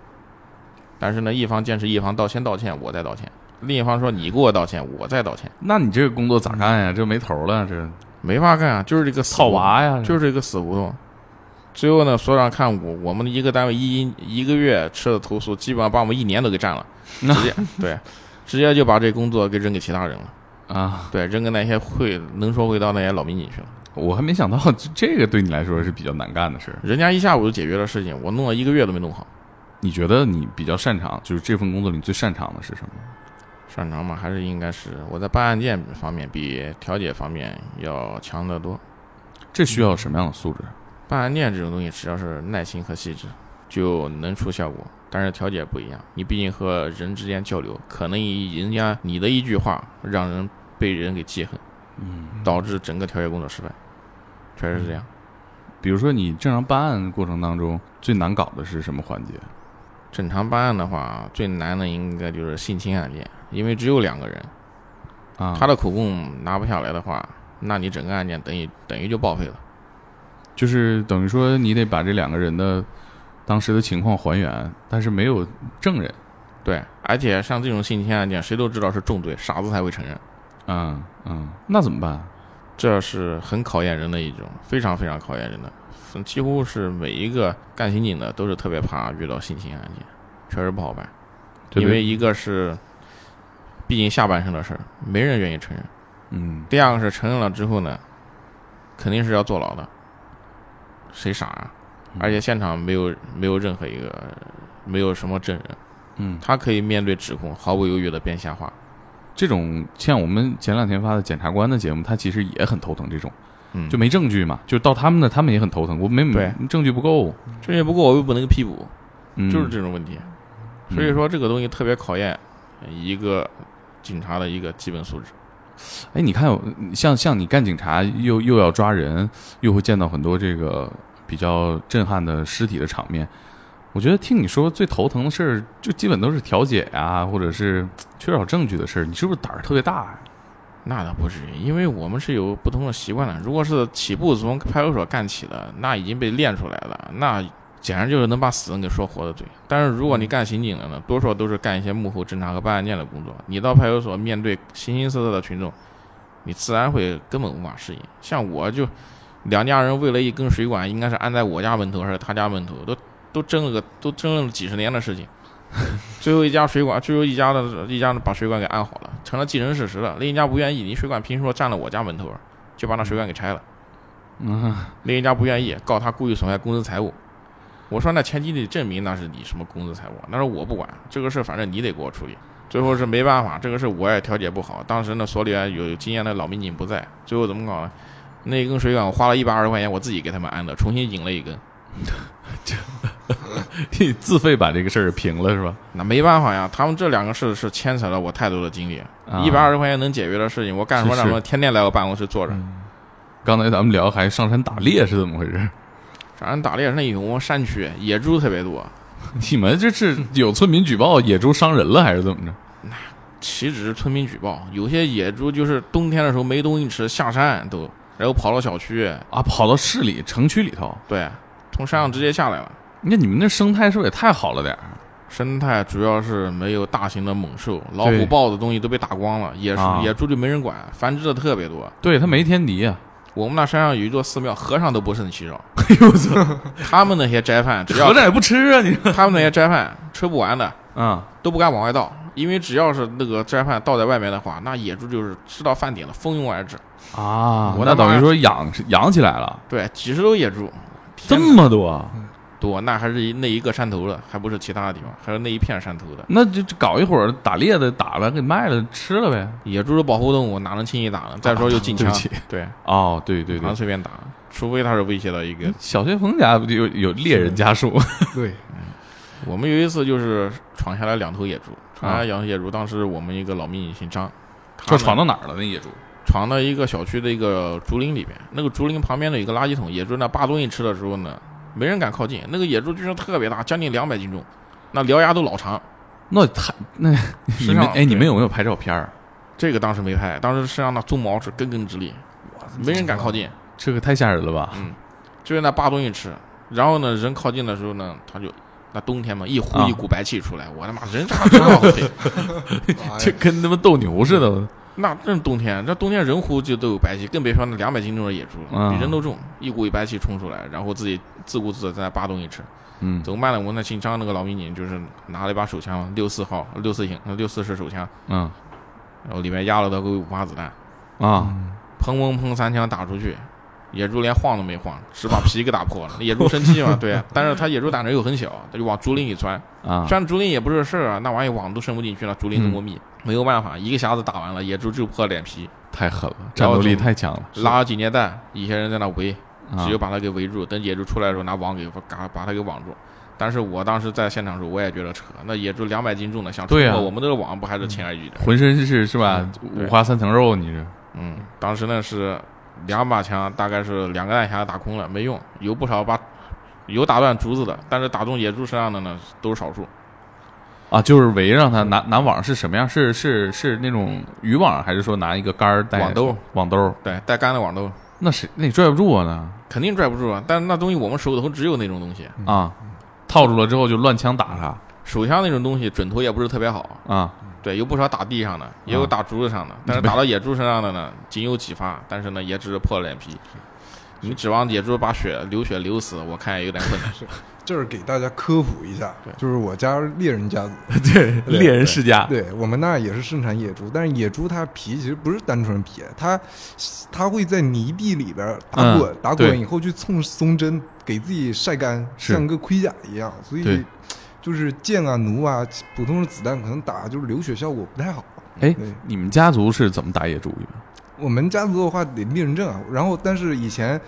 但是呢，一方坚持一方道先道歉，我再道歉；另一方说你给我道歉，我再道歉，那你这个工作咋干呀？这没头了，这没法干啊，就是这个死套胡同娃呀，就是是一个死胡同。最后呢，所长看我我们一个单位一一个月吃的投诉，基本上把我们一年都给占了，直接对，直接就把这工作给扔给其他人了，啊，对，扔给那些会能说会道那些老民警去了。我还没想到 这这个对你来说是比较难干的事儿。人家一下午就解决了事情，我弄了一个月都没弄好。你觉得你比较擅长，就是这份工作里最擅长的是什么？擅长嘛，还是应该是我在办案件方面比调解方面要强得多。这需要什么样的素质？办案件这种东西，只要是耐心和细致，就能出效果。但是调解不一样，你毕竟和人之间交流，可能以人家你的一句话，让人被人给记恨，嗯，导致整个调解工作失败，确实是这样。比如说你正常办案过程当中最难搞的是什么环节？正常办案的话，最难的应该就是性侵案件，因为只有两个人，啊，他的口供拿不下来的话，那你整个案件等于等于就报废了。就是等于说你得把这两个人的当时的情况还原，但是没有证人。对，而且像这种性侵案件，谁都知道是重罪，傻子才会承认。嗯嗯，那怎么办？这是很考验人的一种，非常非常考验人的，嗯几乎是每一个干刑警的都是特别怕遇到性侵案件，确实不好办，对因不对为一个是，毕竟下半身的事儿，没人愿意承认；嗯，第二个是承认了之后呢，肯定是要坐牢的，谁傻啊？嗯而且现场没有没有任何一个没有什么证人，嗯，他可以面对指控毫不犹豫的编瞎话，这种像我们前两天发的检察官的节目，他其实也很头疼这种，嗯，就没证据嘛，就到他们那，他们也很头疼，我没对证据不够，这也不过我又不能批捕，嗯、就是这种问题。嗯所以说这个东西特别考验一个警察的一个基本素质。哎，你看，像像你干警察，又又要抓人，又会见到很多这个比较震撼的尸体的场面。我觉得听你说最头疼的事儿，就基本都是调解呀、或者是缺少证据的事儿。你是不是胆儿特别大呀、那倒不至于，因为我们是有不同的习惯的。如果是起步从派出所干起的，那已经被练出来了，那简直就是能把死人给说活的嘴。但是如果你干刑警的呢，多数都是干一些幕后侦查和办案件的工作。你到派出所面对形形色色的群众，你自然会根本无法适应。像我就两家人为了一根水管，应该是安在我家门头还是他家门头，都都争了个都争论了几十年的事情。最后一家水管，最后一家的一家把水管给安好了，成了既成事实了。另一家不愿意，你水管凭什么占了我家门头啊？就把那水管给拆了。嗯，另一家不愿意，告他故意损害公司财物。我说那前期得证明那是你什么公司财物，那是我不管，这个事反正你得给我处理。最后是没办法，这个事我也调解不好。当时呢，所里边有经验的老民警不在，最后怎么搞呢？那根水管我花了一百二十块钱，我自己给他们安的，重新引了一根。 你自费把这个事儿平了是吧？那没办法呀，他们这两个事是牵扯了我太多的精力。啊一百二十块钱能解决的事情，我干什么是让是嗯他们天天来我办公室坐着？刚才咱们聊还上山打猎是怎么回事？反正打猎那有我们山区野猪特别多，你们这是有村民举报野猪伤人了还是怎么着？岂止是村民举报，有些野猪就是冬天的时候没东西吃，下山都，然后跑到小区，啊，跑到市里城区里头，对，从山上直接下来了。那你们那生态是不是也太好了点儿？生态主要是没有大型的猛兽，老对虎、豹子东西都被打光了，野猪啊野猪就没人管，繁殖的特别多。对，它没天敌啊。我们那山上有一座寺庙，和尚都不胜其扰。哎呦我操！他们那些斋 饭，只要合着也不吃啊你？他们那些斋饭吃不完的，啊，都不敢往外倒，因为只要是那个斋饭倒在外面的话，那野猪就是知道饭点了，蜂拥而至。啊，我那他妈等于说养养起来了，对，几十头野猪，这天哪么多，啊多，那还是一那一个山头的，还不是其他的地方，还是那一片山头的。那就搞一会儿打猎的打了给卖了吃了呗。野猪是保护动物，哪能轻易打呢？再说又禁啊对枪不起，对，哦，对对嗯不能对，随便打，除非他是威胁到一个。小学鹏家有有猎人家属，对，我们有一次就是闯下来两头野猪，闯下来两头野猪，当时我们一个老民姓张，这他啊呢闯到哪儿了？那野猪闯到一个小区的一个竹林里边，那个竹林旁边的有一个垃圾桶，野猪呢扒东西吃了之后呢，没人敢靠近。那个野猪据说特别大，将近两百斤重，那獠牙都老长。那太那你身们上哎，你们有没有拍照片儿？这个当时没拍，当时身上那鬃毛是根根直立，没人敢靠近，这个太吓人了吧？就在那扒东西吃。然后呢，人靠近的时候呢，他就那冬天嘛，一呼啊一股白气出来，我他妈人差点往后退。哎这跟他妈斗牛似的，那这是冬天，这冬天人呼就都有白气，更别说那两百斤重的野猪了，嗯比人都重，一股一白气冲出来，然后自己自顾自的在那扒东西吃。嗯走慢了，我那姓张那个老民警就是拿了一把手枪，六四号、六四型、六四式手枪，嗯然后里面压了他个五发子弹，啊，砰砰砰三枪打出去，野猪连晃都没晃，只把皮给打破了。野猪生气嘛，对，啊但是他野猪胆子又很小，他就往竹林里钻，啊，钻竹林也不是事儿啊，那玩意儿网都伸不进去了，竹林那么密，没有办法，一个匣子打完了，野猪就破脸皮，太狠了，战斗力太强了，拉了几年弹，一些人在那围，啊只有把他给围住，等野猪出来的时候拿网给嘎把他给网住。但是我当时在现场的时候，我也觉得扯，那野猪两百斤重的，想对冲啊破我们这个网，不还是轻而易举的？浑身是是吧？对五花三层肉，你这嗯，当时呢是两把枪，大概是两个弹匣打空了，没用，有不少把有打断竹子的，但是打中野猪身上的呢都是少数，啊，就是围让他拿拿网是什么样？是是是那种渔网，还是说拿一个杆儿带网兜？网兜？对，带杆的网兜那谁那你拽不住我呢？肯定拽不住啊。但是那东西我们手头只有那种东西，啊，套住了之后就乱枪打他手枪那种东西准头也不是特别好，啊！对，有不少打地上的，也嗯有打竹子上的，但是打到野猪身上的呢，仅有几发，但是呢，也只是破了脸皮。你指望野猪把血流血流死，我看也有点困难。这儿给大家科普一下，就是我家猎人家族， 对，对猎人世家， 对我们那儿也是盛产野猪，但是野猪它皮其实不是单纯皮，它它会在泥地里边打滚，嗯打对滚以后去蹭松针，给自己晒干，是像个盔甲一样，所对以就是箭啊、弩啊，普通的子弹可能打就是流血效果不太好。哎对，你们家族是怎么打野猪的？我们家族的话得猎人证啊，然后但是以前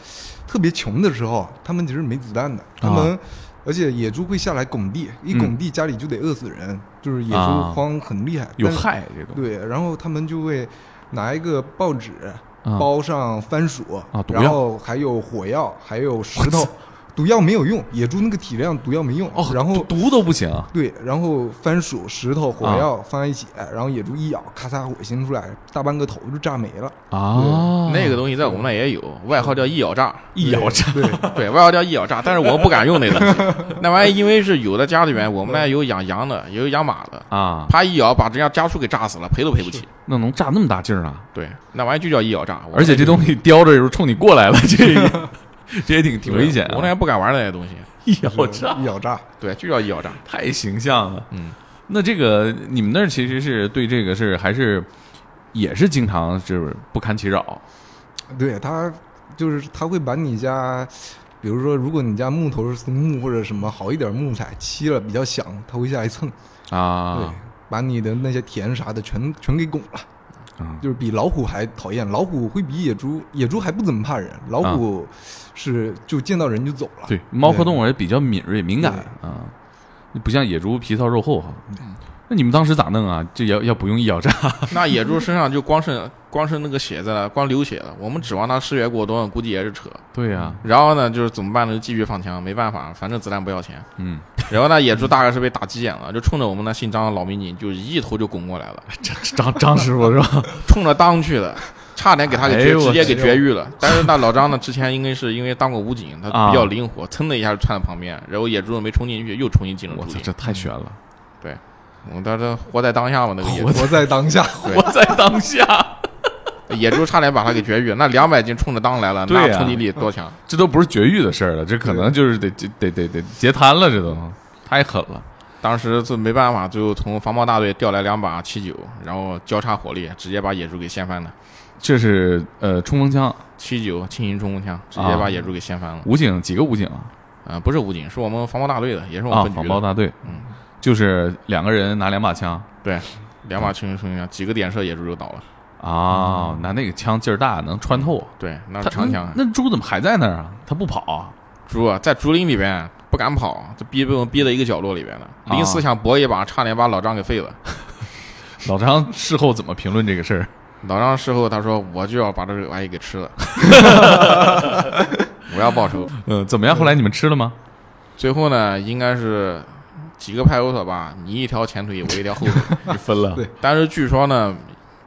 特别穷的时候，他们其实没子弹的，他们、啊而且野猪会下来拱地，一拱地家里就得饿死人，就是野猪嗯啊荒很厉害，有但是害这种对，然后他们就会拿一个报纸啊包上番薯啊毒药然后还有火药，还有石头。 毒药没有用，野猪那个体量毒药没用。哦，然后毒毒啊都不行对，然后番薯、石头、火药放在一起，然后野猪一咬，咔嚓火星出来，大半个头就炸没了。啊！那个东西在我们那也有，外号叫一咬炸，一咬炸， 对，对外号叫一咬炸，但是我不敢用那东西，那玩意儿因为是有的家里面，我们那有养羊的，也有养马的，啊，怕一咬把人家家畜给炸死了，赔都赔不起。那能炸那么大劲儿啊！对，那玩意儿就叫一咬炸，而且这东西叼着就是冲你过来了， 这也这也挺挺危险啊。哎我那也不敢玩那些东西。一咬炸，一咬炸，对，就叫一咬炸。太形象了。嗯，那这个你们那儿其实是对这个是还是也是经常就是不堪其扰对它就是它会把你家，比如说如果你家木头是松木或者什么好一点木材漆了比较响，它会下来蹭，对啊，把你的那些田啥的全全给拱了。嗯就是比老虎还讨厌，老虎会比野猪，野猪还不怎么怕人，老虎是就见到人就走 了。对，猫科动物也比较敏锐敏感啊，不像野猪皮糙肉厚哈。那你们当时咋弄啊？这要要不用一咬炸 那野猪身上就光剩光剩那个血在那，光流血了。我们指望它失血过多，估计也是扯。对啊呀，然后呢，就是怎么办呢？就继续放枪，没办法，反正子弹不要钱。嗯，然后呢，野猪大概是被打急眼了，就冲着我们那姓张的老民警就一头就拱过来了，张张张师傅是吧？冲着当去的，差点给他给哎绝、呦我直接给天绝育了。但是那老张呢，之前应该是因为当过武警，他啊比较灵活，噌的一下就窜到旁边，然后野猪没冲进去，又重新进了 我竹操，林。这太悬了！我当时活在当下嘛，那 个野猪。活在当下，对活在当下，野猪差点把他给绝育，那两百斤冲着当来了，对那呀冲击力多强！这都不是绝育的事儿了，这可能就是得得得得截瘫了，这都太狠了。当时这没办法，最后从防暴大队调来两把七九，然后交叉火力，直接把野猪给掀翻了。这是呃冲锋枪，七九轻型冲锋枪，直接把野猪给掀翻了。武警几个武警啊？啊，不是武警，是我们防暴大队的，也是我啊，们分局防的暴大队，嗯，就是两个人拿两把枪对，两把轻轻枪，几个点射野猪就倒了。啊，拿那个枪劲儿大，能穿透。啊对，那他是长枪。啊那猪怎么还在那儿啊？它不跑啊？猪啊，在竹林里边不敢跑，这逼被我们逼到一个角落里边了。啊临死想搏一把，差点把老张给废了。 老张事后怎么评论这个事 儿？老张事后他说：“我就要把这个玩意给 吃了， 我要报仇。嗯，怎么样？后来你们吃了吗？”最后呢，应该是几个派出所吧，你一条前腿，我一条后腿。你 分了对但是据说呢，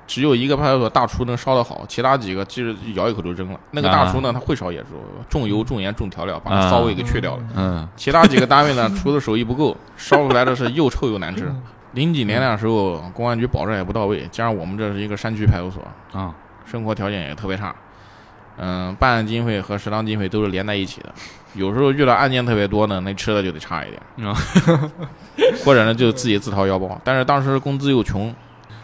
只有一个派出所大厨能烧得好，其他几个就是咬一口就扔了。那个大厨呢，他会烧野猪，重油、重盐、重调料，把那骚味给去掉了。嗯，其他几个单位呢，厨子手艺不够，烧出来的是又臭又难吃。零几年那时候，公安局保障也不到位，加上我们这是一个山区派出所，啊，生活条件也特别差。嗯，办案经费和食堂经费都是连在一起的，有时候遇到案件特别多呢，那吃的就得差一点啊， 或者呢就自己自掏腰包。但是当时工资又穷，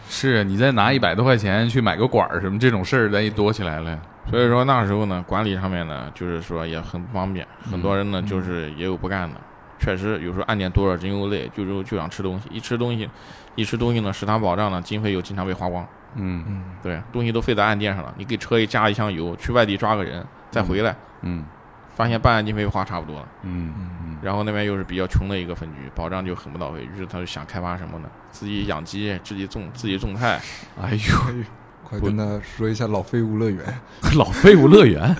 是啊你再拿一百多块钱去买个管儿什么这种事儿，咱也多起来了呀。所以说那时候呢，管理上面呢，就是说也很不方便，很多人呢就是也有不干的。确实，有时候案件多了，人又累，就就就想吃东西，一吃东西，一吃东西呢，食堂保障呢，经费又经常被花光，嗯嗯，对，东西都费在案件上了。你给车一加一箱油，去外地抓个人，再回来，嗯发现办案经费花差不多了。嗯然后那边又是比较穷的一个分局，保障就很不到位，于是他就想开发什么呢？自己养鸡，自己种，自己种菜，哎呦，快跟他说一下老废物乐园， 老废物乐园，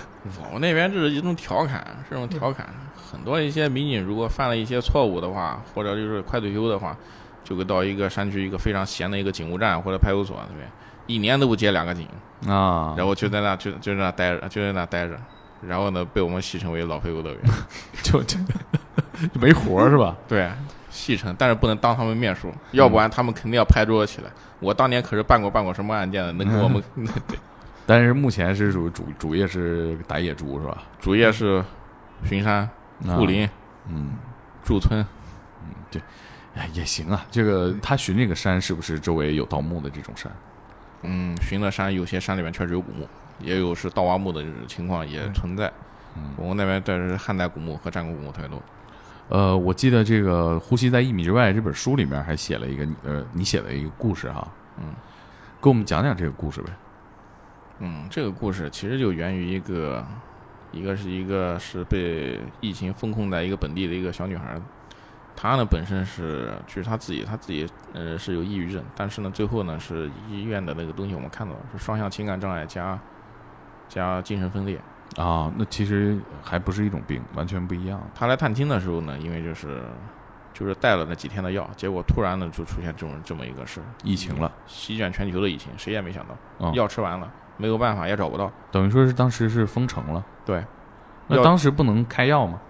我们那边这是一种调侃，是一种调侃。很多一些民警如果犯了一些错误的话，或者就是快退休的话，就会到一个山区一个非常闲的一个警务站或者派出所那边，一年都不接两个警，啊，然后就在那就就在那待着，就在那待着。然后呢，被我们戏称为“老废物乐园就 就就没活儿是吧？”，对，戏称，但是不能当他们面说，要不然他们肯定要拍桌子起来。我当年可是办过办过什么案件的，能给我们但是目前是主主主业是打野猪是吧？主业是巡山、啊护，林、嗯，驻村，哎也行啊。这个他寻这个山是不是周围有盗墓的这种山？嗯，巡了山，有些山里面确实有古墓，也有是盗挖墓的这种情况也存在。嗯，我们那边对是汉代古墓和战国古墓特别多。呃，我记得这个《呼吸在一米之外》这本书里面还写了一个你呃，你写的一个故事哈，嗯，给我们讲讲这个故事呗。嗯，这个故事其实就源于一个，一个是一个是被疫情封控在一个本地的一个小女孩，她呢本身是据她自己，她自己呃是有抑郁症，但是呢最后呢是医院的那个东西我们看到了是双向情感障碍加加精神分裂，啊，那其实还不是一种病，完全不一样。他来探亲的时候呢，因为就是就是带了那几天的药，结果突然呢就出现这种这么一个事儿，疫情了，席卷全球的疫情，谁也没想到，嗯药吃完了没有办法也找不到，等于说是当时是封城了。对，那要当时不能开药吗？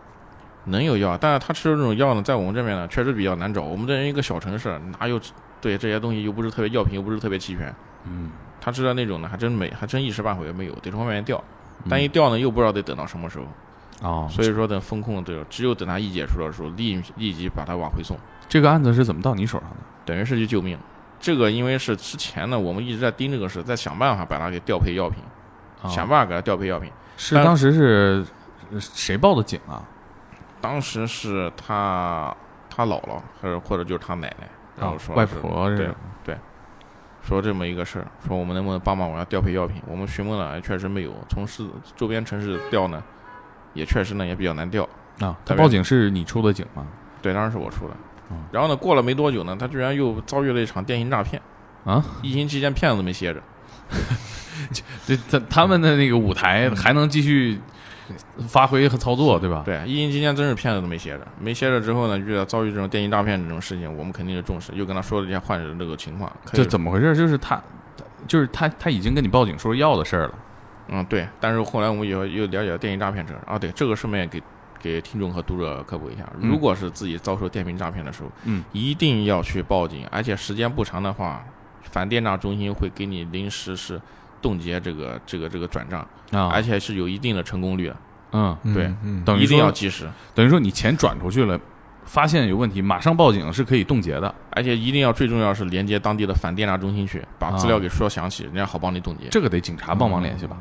能有药，但是他吃的这种药呢，在我们这边呢确实比较难找，我们这边一个小城市哪有对这些东西又不是特别药品又不是特别齐全，嗯，他吃的那种呢还真没还真一时半会儿没有，得从外面调，嗯但一调呢又不知道得等到什么时候，啊，所以说等风控这个只有等他一解除的时候立立即把它往回送。这个案子是怎么到你手上的？等于是去救命。这个因为是之前呢，我们一直在盯这个事，在想办法把它给调配药品，啊想办法给它调配药品。是但当时是呃谁报的警啊？当时是他他姥姥，还是或者就是他奶奶，然后说哦外是婆对是说这么一个事儿，说我们能不能帮忙我要调配药品？我们询问了，哎确实没有，从市周边城市调呢，也确实呢也比较难调。啊，代他表报警是你出的警吗？对，当时是我出的嗯。然后呢，过了没多久呢，他居然又遭遇了一场电信诈骗啊！疫情期间骗子没歇着，这他他们的那个舞台还能继续发挥和操嗯作，对吧？对，疫情期间真是骗子都没歇着，没歇着之后呢，遇到遭遇这种电信诈骗这种事情，我们肯定是重视，又跟他说了一下患者的这个情况。可以这怎么回事？就是他，就是他，他已经跟你报警说药的事儿了。嗯，对。但是后来我们也又了解到电信诈骗这事儿啊，对，这个顺便也给给听众和读者科普一下，嗯如果是自己遭受电信诈骗的时候，嗯，一定要去报警，而且时间不长的话，反电诈中心会给你临时是冻结这个这个这个转账，而啊，且是有一定的成功率的，嗯，对嗯，嗯等于一定说要及时，等于说你钱转出去了，发现有问题，马上报警是可以冻结的。而且一定要最重要是连接当地的反电诈中心去，把资啊料给说详细，人家好帮你冻结。这个得警察帮忙联系吧？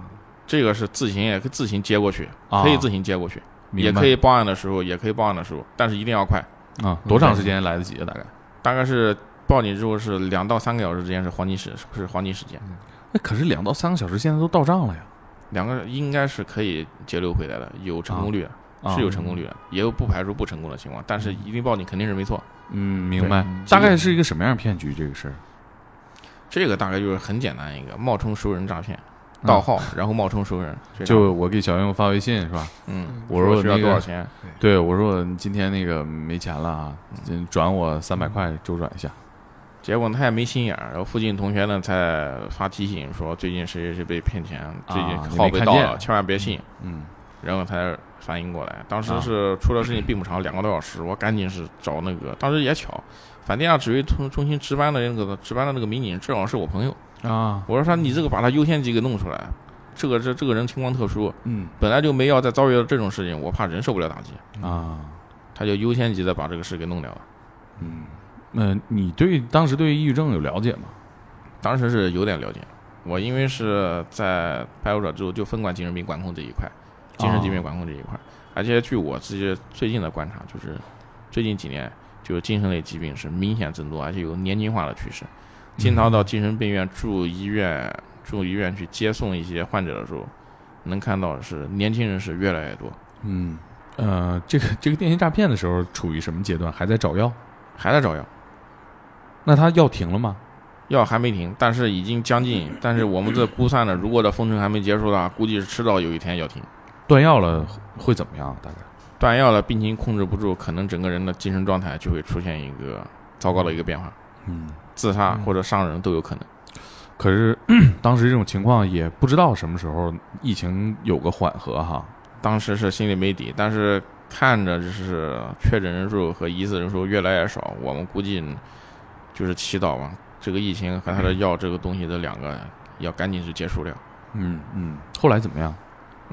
这个是自行也自行接过去，啊可以自行接过去。明白也可以报案的时候，也可以报案的时候，但是一定要快，啊，多长时间来得及啊？大概？大概是报警之后是两到三个小时之间是黄金时，是黄金时间，那哎可是两到三个小时，现在都到账了呀。两个应该是可以截留回来的，有成功率的，啊是有成功率的，也有不排除不成功的情况，但是一定报警肯定是没错。嗯，明白对。大概是一个什么样的骗局？这个事儿，这个大概就是很简单一个冒充熟人诈骗，盗号然后冒充熟人，这啊样就我给小用发微信是吧？嗯，我说需要那多个少钱？对，我说我今天那个没钱了啊，嗯转我三百块周转一下。结果他也没心眼儿，然后附近同学呢才发提醒说最近谁谁谁被骗钱，最近啊号你没被看盗见了，千万别信。嗯，然后才反应过来，当时啊是出了事情并不长，两个多小时，我赶紧是找那个，当时也巧，反地下指挥中中心值班的那个值班的那个民警正好是我朋友，啊，我说他你这个把他优先级给弄出来，这个这这个人情况特殊，嗯本来就没要再遭遇到这种事情，我怕人受不了打击，啊，他就优先级的把这个事给弄掉了。嗯，那你对当时对抑郁症有了解吗？当时是有点了解，我因为是在派出所之后就分管精神病管控这一块，精神疾病管控这一块，而且据我自己最近的观察，就是最近几年就是精神类疾病是明显增多，而且有年轻化的趋势。经常到精神病院住医院住医院去接送一些患者的时候，能看到是年轻人是越来越多，嗯，呃，这个这个电信诈骗的时候处于什么阶段？还在找药？还在找药。那他药停了吗？药还没停，但是已经将近。但是我们这估算呢，如果这封城还没结束的话，估计是迟早有一天要停。断药了会怎么样？啊大概？断药了，病情控制不住，可能整个人的精神状态就会出现一个糟糕的一个变化，嗯，自杀嗯或者伤人都有可能。可是 当时这种情况也不知道什么时候疫情有个缓和哈。当时是心里没底，但是看着就是确诊人数和疑似人数越来越少，我们估计就是祈祷吧，这个疫情和他的药这个东西这两个要赶紧去结束掉。嗯嗯，后来怎么样？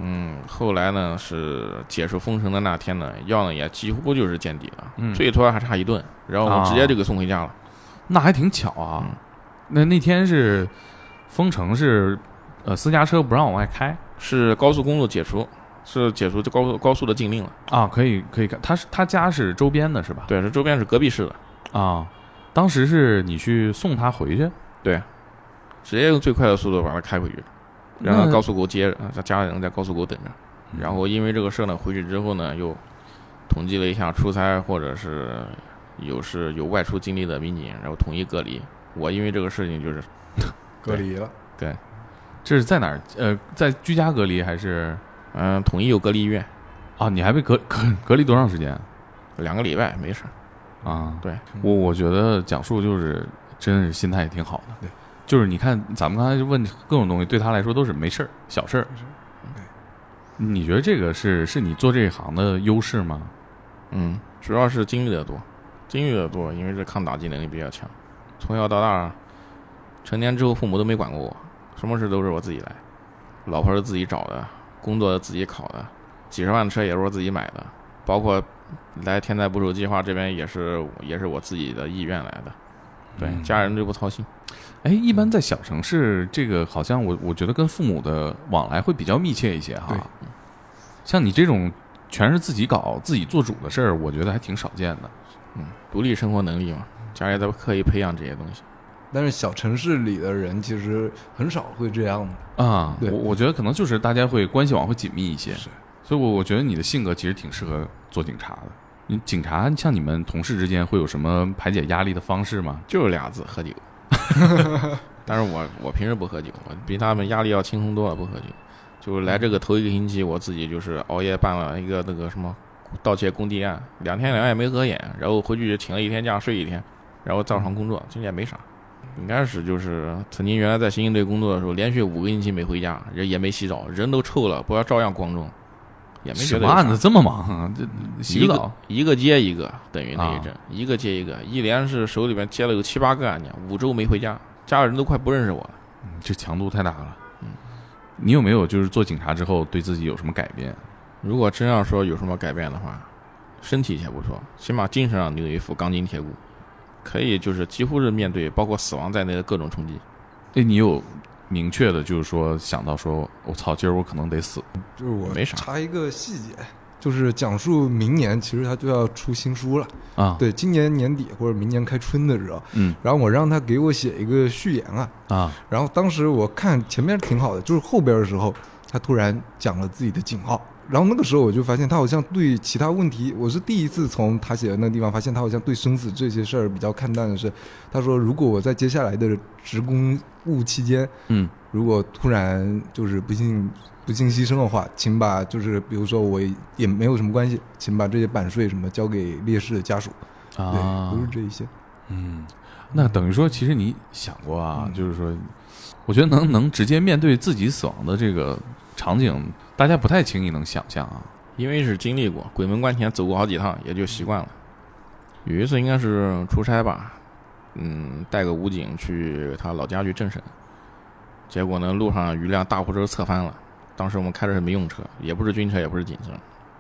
嗯，后来呢是解除封城的那天呢，药呢也几乎就是见底了，嗯最多还差一顿，然后我们直接啊就给送回家了。那还挺巧啊。嗯那那天是封城是，呃，私家车不让往外开是高速公路解除，是解除这高速高速的禁令了。啊，可以可以开。他是他家是周边的是吧？对，这周边是隔壁市的，啊，当时是你去送他回去，直接用最快的速度把他开回去，让那他高速沟接着，呃他家人在高速沟等着。然后因为这个事儿呢，回去之后呢，又统计了一下出差或者是有是有外出经历的民警，然后统一隔离。我因为这个事情就是隔离了，这是在哪儿？呃，在居家隔离还是嗯、统一有隔离医院，啊？你还被隔隔隔离多长时间两个礼拜没事儿。啊？对我我觉得讲述就是真是心态也挺好的对，就是你看咱们刚才就问各种东西，对他来说都是没事儿、小事儿没事儿对。你觉得这个是是你做这一行的优势吗？嗯，主要是经历的多，经历的多，因为这抗打击能力比较强。从小到大，成年之后父母都没管过我，什么事都是我自己来，老婆是自己找的，工作自己考的，几十万的车也是我自己买的，包括来天灾捕手计划这边也是也是我自己的意愿来的。对，嗯家人就不操心。哎，一嗯般在小城市，这个好像我我觉得跟父母的往来会比较密切一些哈对。像你这种全是自己搞、自己做主的事儿，我觉得还挺少见的。嗯，独立生活能力嘛，家里在刻意培养这些东西。但是小城市里的人其实很少会这样的。啊，对我我觉得可能就是大家会关系网会紧密一些，是所以我我觉得你的性格其实挺适合做警察的。你警察像你们同事之间会有什么排解压力的方式吗？就是俩字， 喝酒。但是我我平时不喝酒，我比他们压力要轻松多了，不喝酒。就是来这个头一个星期，我自己就是熬夜办了一个那个什么盗窃工地案，两天两夜没合眼，然后回去请了一天假睡一天，然后照常工作，其实也没啥。应该是就是曾经原来在刑警队工作的时候，连续五个星期没回家，人也没洗澡，人都臭了，不要照样光中，也没觉什得么有啥案子这么忙啊？这洗一个澡一个接一个，等于那啊一阵、一个接一个，一连是手里边接了有七八个案件，五周没回家，家人都快不认识我了。嗯这强度太大了。嗯你有没有就是做警察之后对自己有什么改变？如果真要说有什么改变的话，身体先不说，起码精神上你有一副钢筋铁骨，可以就是几乎是面对包括死亡在内的各种冲击。哎，你有明确的，就是说想到说，我操，今儿我可能得死就是我没啥查一个细节，就是讲述明年其实他就要出新书了，啊，对，今年年底或者明年开春的时候，嗯然后我让他给我写一个序言啊，啊，然后当时我看前面挺好的，就是后边的时候，他突然讲了自己的井号，然后那个时候我就发现他好像对其他问题，我是第一次从他写的那个地方发现他好像对生死这些事儿比较看淡的是，他说如果我在接下来的职工务期间，嗯如果突然就是不幸不幸牺牲的话，请把就是比如说我也没有什么关系，请把这些版税什么交给烈士的家属，对，啊都，是这一些，嗯，那等于说，其实你想过啊，嗯就是说，我觉得能能直接面对自己死亡的这个场景，大家不太轻易能想象啊。因为是经历过鬼门关前走过好几趟，也就习惯了。有一次应该是出差吧，嗯，带个武警去他老家去政审，结果呢路上有一辆大货车侧翻了，当时我们开的是民用车，也不是军车，也不是警车，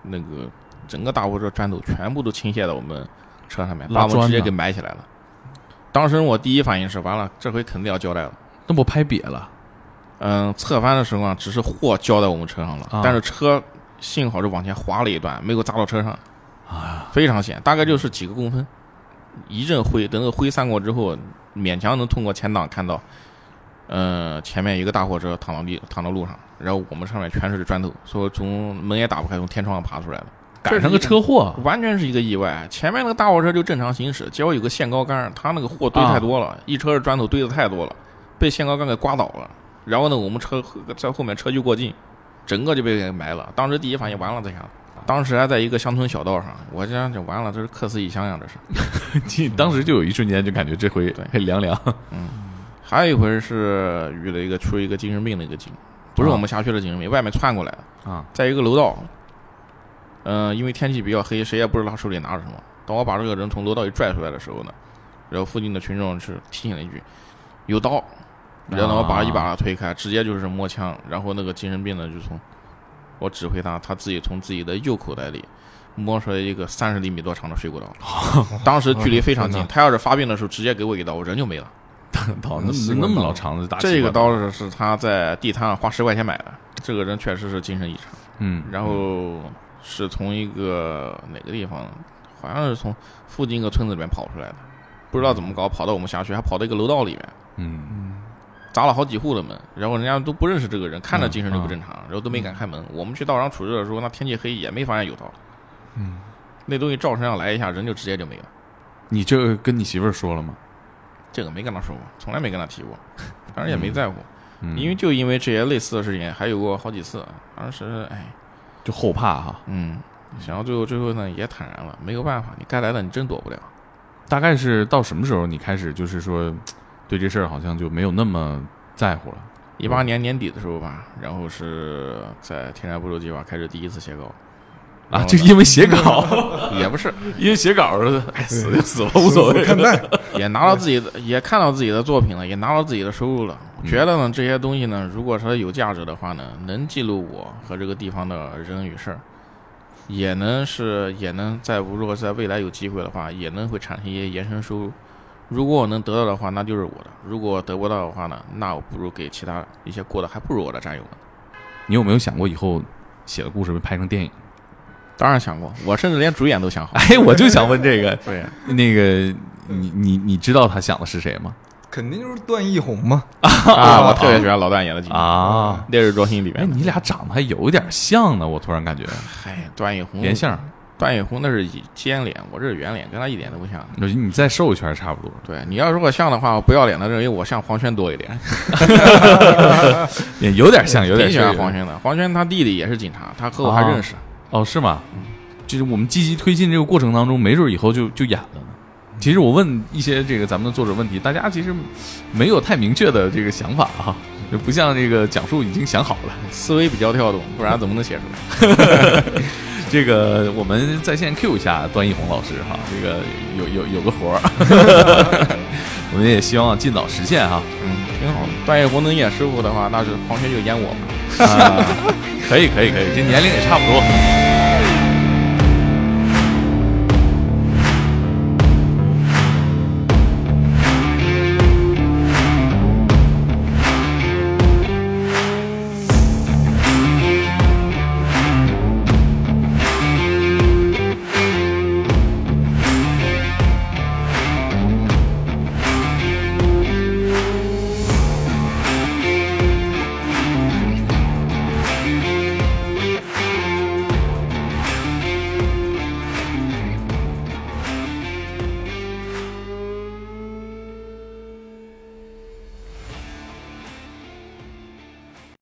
那个整个大货车砖头全部都倾泻到我们车上面，拉把我们直砖接呢给埋起来了。当时我第一反应是完了，这回肯定要交代了。那不拍瘪了嗯，侧翻的时候啊，只是货浇在我们车上了，啊但是车幸好是往前滑了一段，没有砸到车上，啊？非常险，大概就是几个公分。一阵灰，等那个灰散过之后，勉强能通过前挡看到，呃，前面一个大货车躺到地躺到路上，然后我们上面全是砖头，所以从门也打不开，从天窗上爬出来了，赶上个车祸完全是一个意外。前面那个大货车就正常行驶，结果有个限高杆，他那个货堆太多了，一车的砖头堆的太多了，被限高杆给刮倒了。然后呢，我们车在后面车距过近，整个就被给埋了。当时第一反应完了，这下子。当时还在一个乡村小道上，我这样就完了，这是客死异乡呀，这是。 你当时就有一瞬间就感觉这回对嘿凉凉还有一回是遇了一个出了一个精神病的一个警，不是啊我们辖区的精神病，外面窜过来的，啊在一个楼道，嗯，因为天气比较黑，谁也不知道他手里拿着什么。当我把这个人从楼道里拽出来的时候呢，然后附近的群众是提醒了一句：“有啊刀。”然后我把一把他推开，直接就是摸枪，然后那个精神病呢就从我指挥他，他自己从自己的右口袋里摸出来一个三十厘米多长的水果刀， 当时距离非常近天，他要是发病的时候直接给我一刀，我人就没了。操，那习么那惯么到老了长的大这个习惯刀是是他在地摊上花十块钱买的。这个人确实是精神异常，嗯，然后是从一个哪个地方，好像是从附近一个村子里面跑出来的，不知道怎么搞跑到我们辖区，还跑到一个楼道里面，嗯嗯，砸了好几户的门，然后人家都不认识这个人，看着精神就不正常，然后都没敢开门。我们去道上处置的时候，那天气黑也没发现有刀，嗯，那东西照身上来一下，人就直接就没了。你这个跟你媳妇儿说了吗？这个没跟他说过，从来没跟他提过，当然也没嗯在乎，嗯因为就因为这些类似的事情，还有过好几次。当时哎，就后怕哈，嗯，想到最后，最后呢也坦然了，没有办法，你该来的你真躲不了。大概是到什么时候你开始就是说对这事儿好像就没有那么在乎了？一八年年底的时候吧，然后是在天山步骤计划开始第一次写稿然啊，后就呢因为写稿， 也不是，因为写稿儿，哎，死就死了，无无所谓。看待，也拿到自己的， 也看到自己的作品了，也拿到自己的收入嗯了。我觉得呢，这些东西呢，如果说有价值的话呢，能记录我和这个地方的人与事儿，也能是也能在如果在未来有机会的话，也能会产生一些延伸收入。如果我能得到的话，那就是我的；如果得不到的话呢，那我不如给其他一些过得还不如我的战友们。你有没有想过以后写的故事被拍成电 影？当然想过，我甚至连主演都想 好。哎，我就想问这个，对，那个你你你知道他想的是谁吗？肯定就是段奕宏嘛，啊，我特别喜欢老段演的剧啊，烈日灼心》里哎，面的。你俩长得还有点像呢，我突然感觉嗨，段奕宏连相，段奕宏那是以尖脸，我这是圆脸，跟他一点都不像。我觉得你再瘦一圈差不多。对你要如果像的话，我不要脸的认为我像黄轩多一点，也有点像，有点挺喜像欢啊黄轩的。黄轩他弟弟也是警察，他和我还认识。哦，是吗？就是我们积极推进这个过程当中，没准以后就就演了呢。其实我问一些这个咱们的作者问题，大家其实没有太明确的这个想法啊，就不像这个讲述已经想好了。思维比较跳动，不然怎么能写出来？这个我们在线 Q 一下段奕宏老师哈，这个有有有个活儿，我们也希望尽早实现哈。嗯，挺好的。段奕宏能演师傅的话，那是黄轩就演我吧。啊，可以可以可以，这年龄也差不多。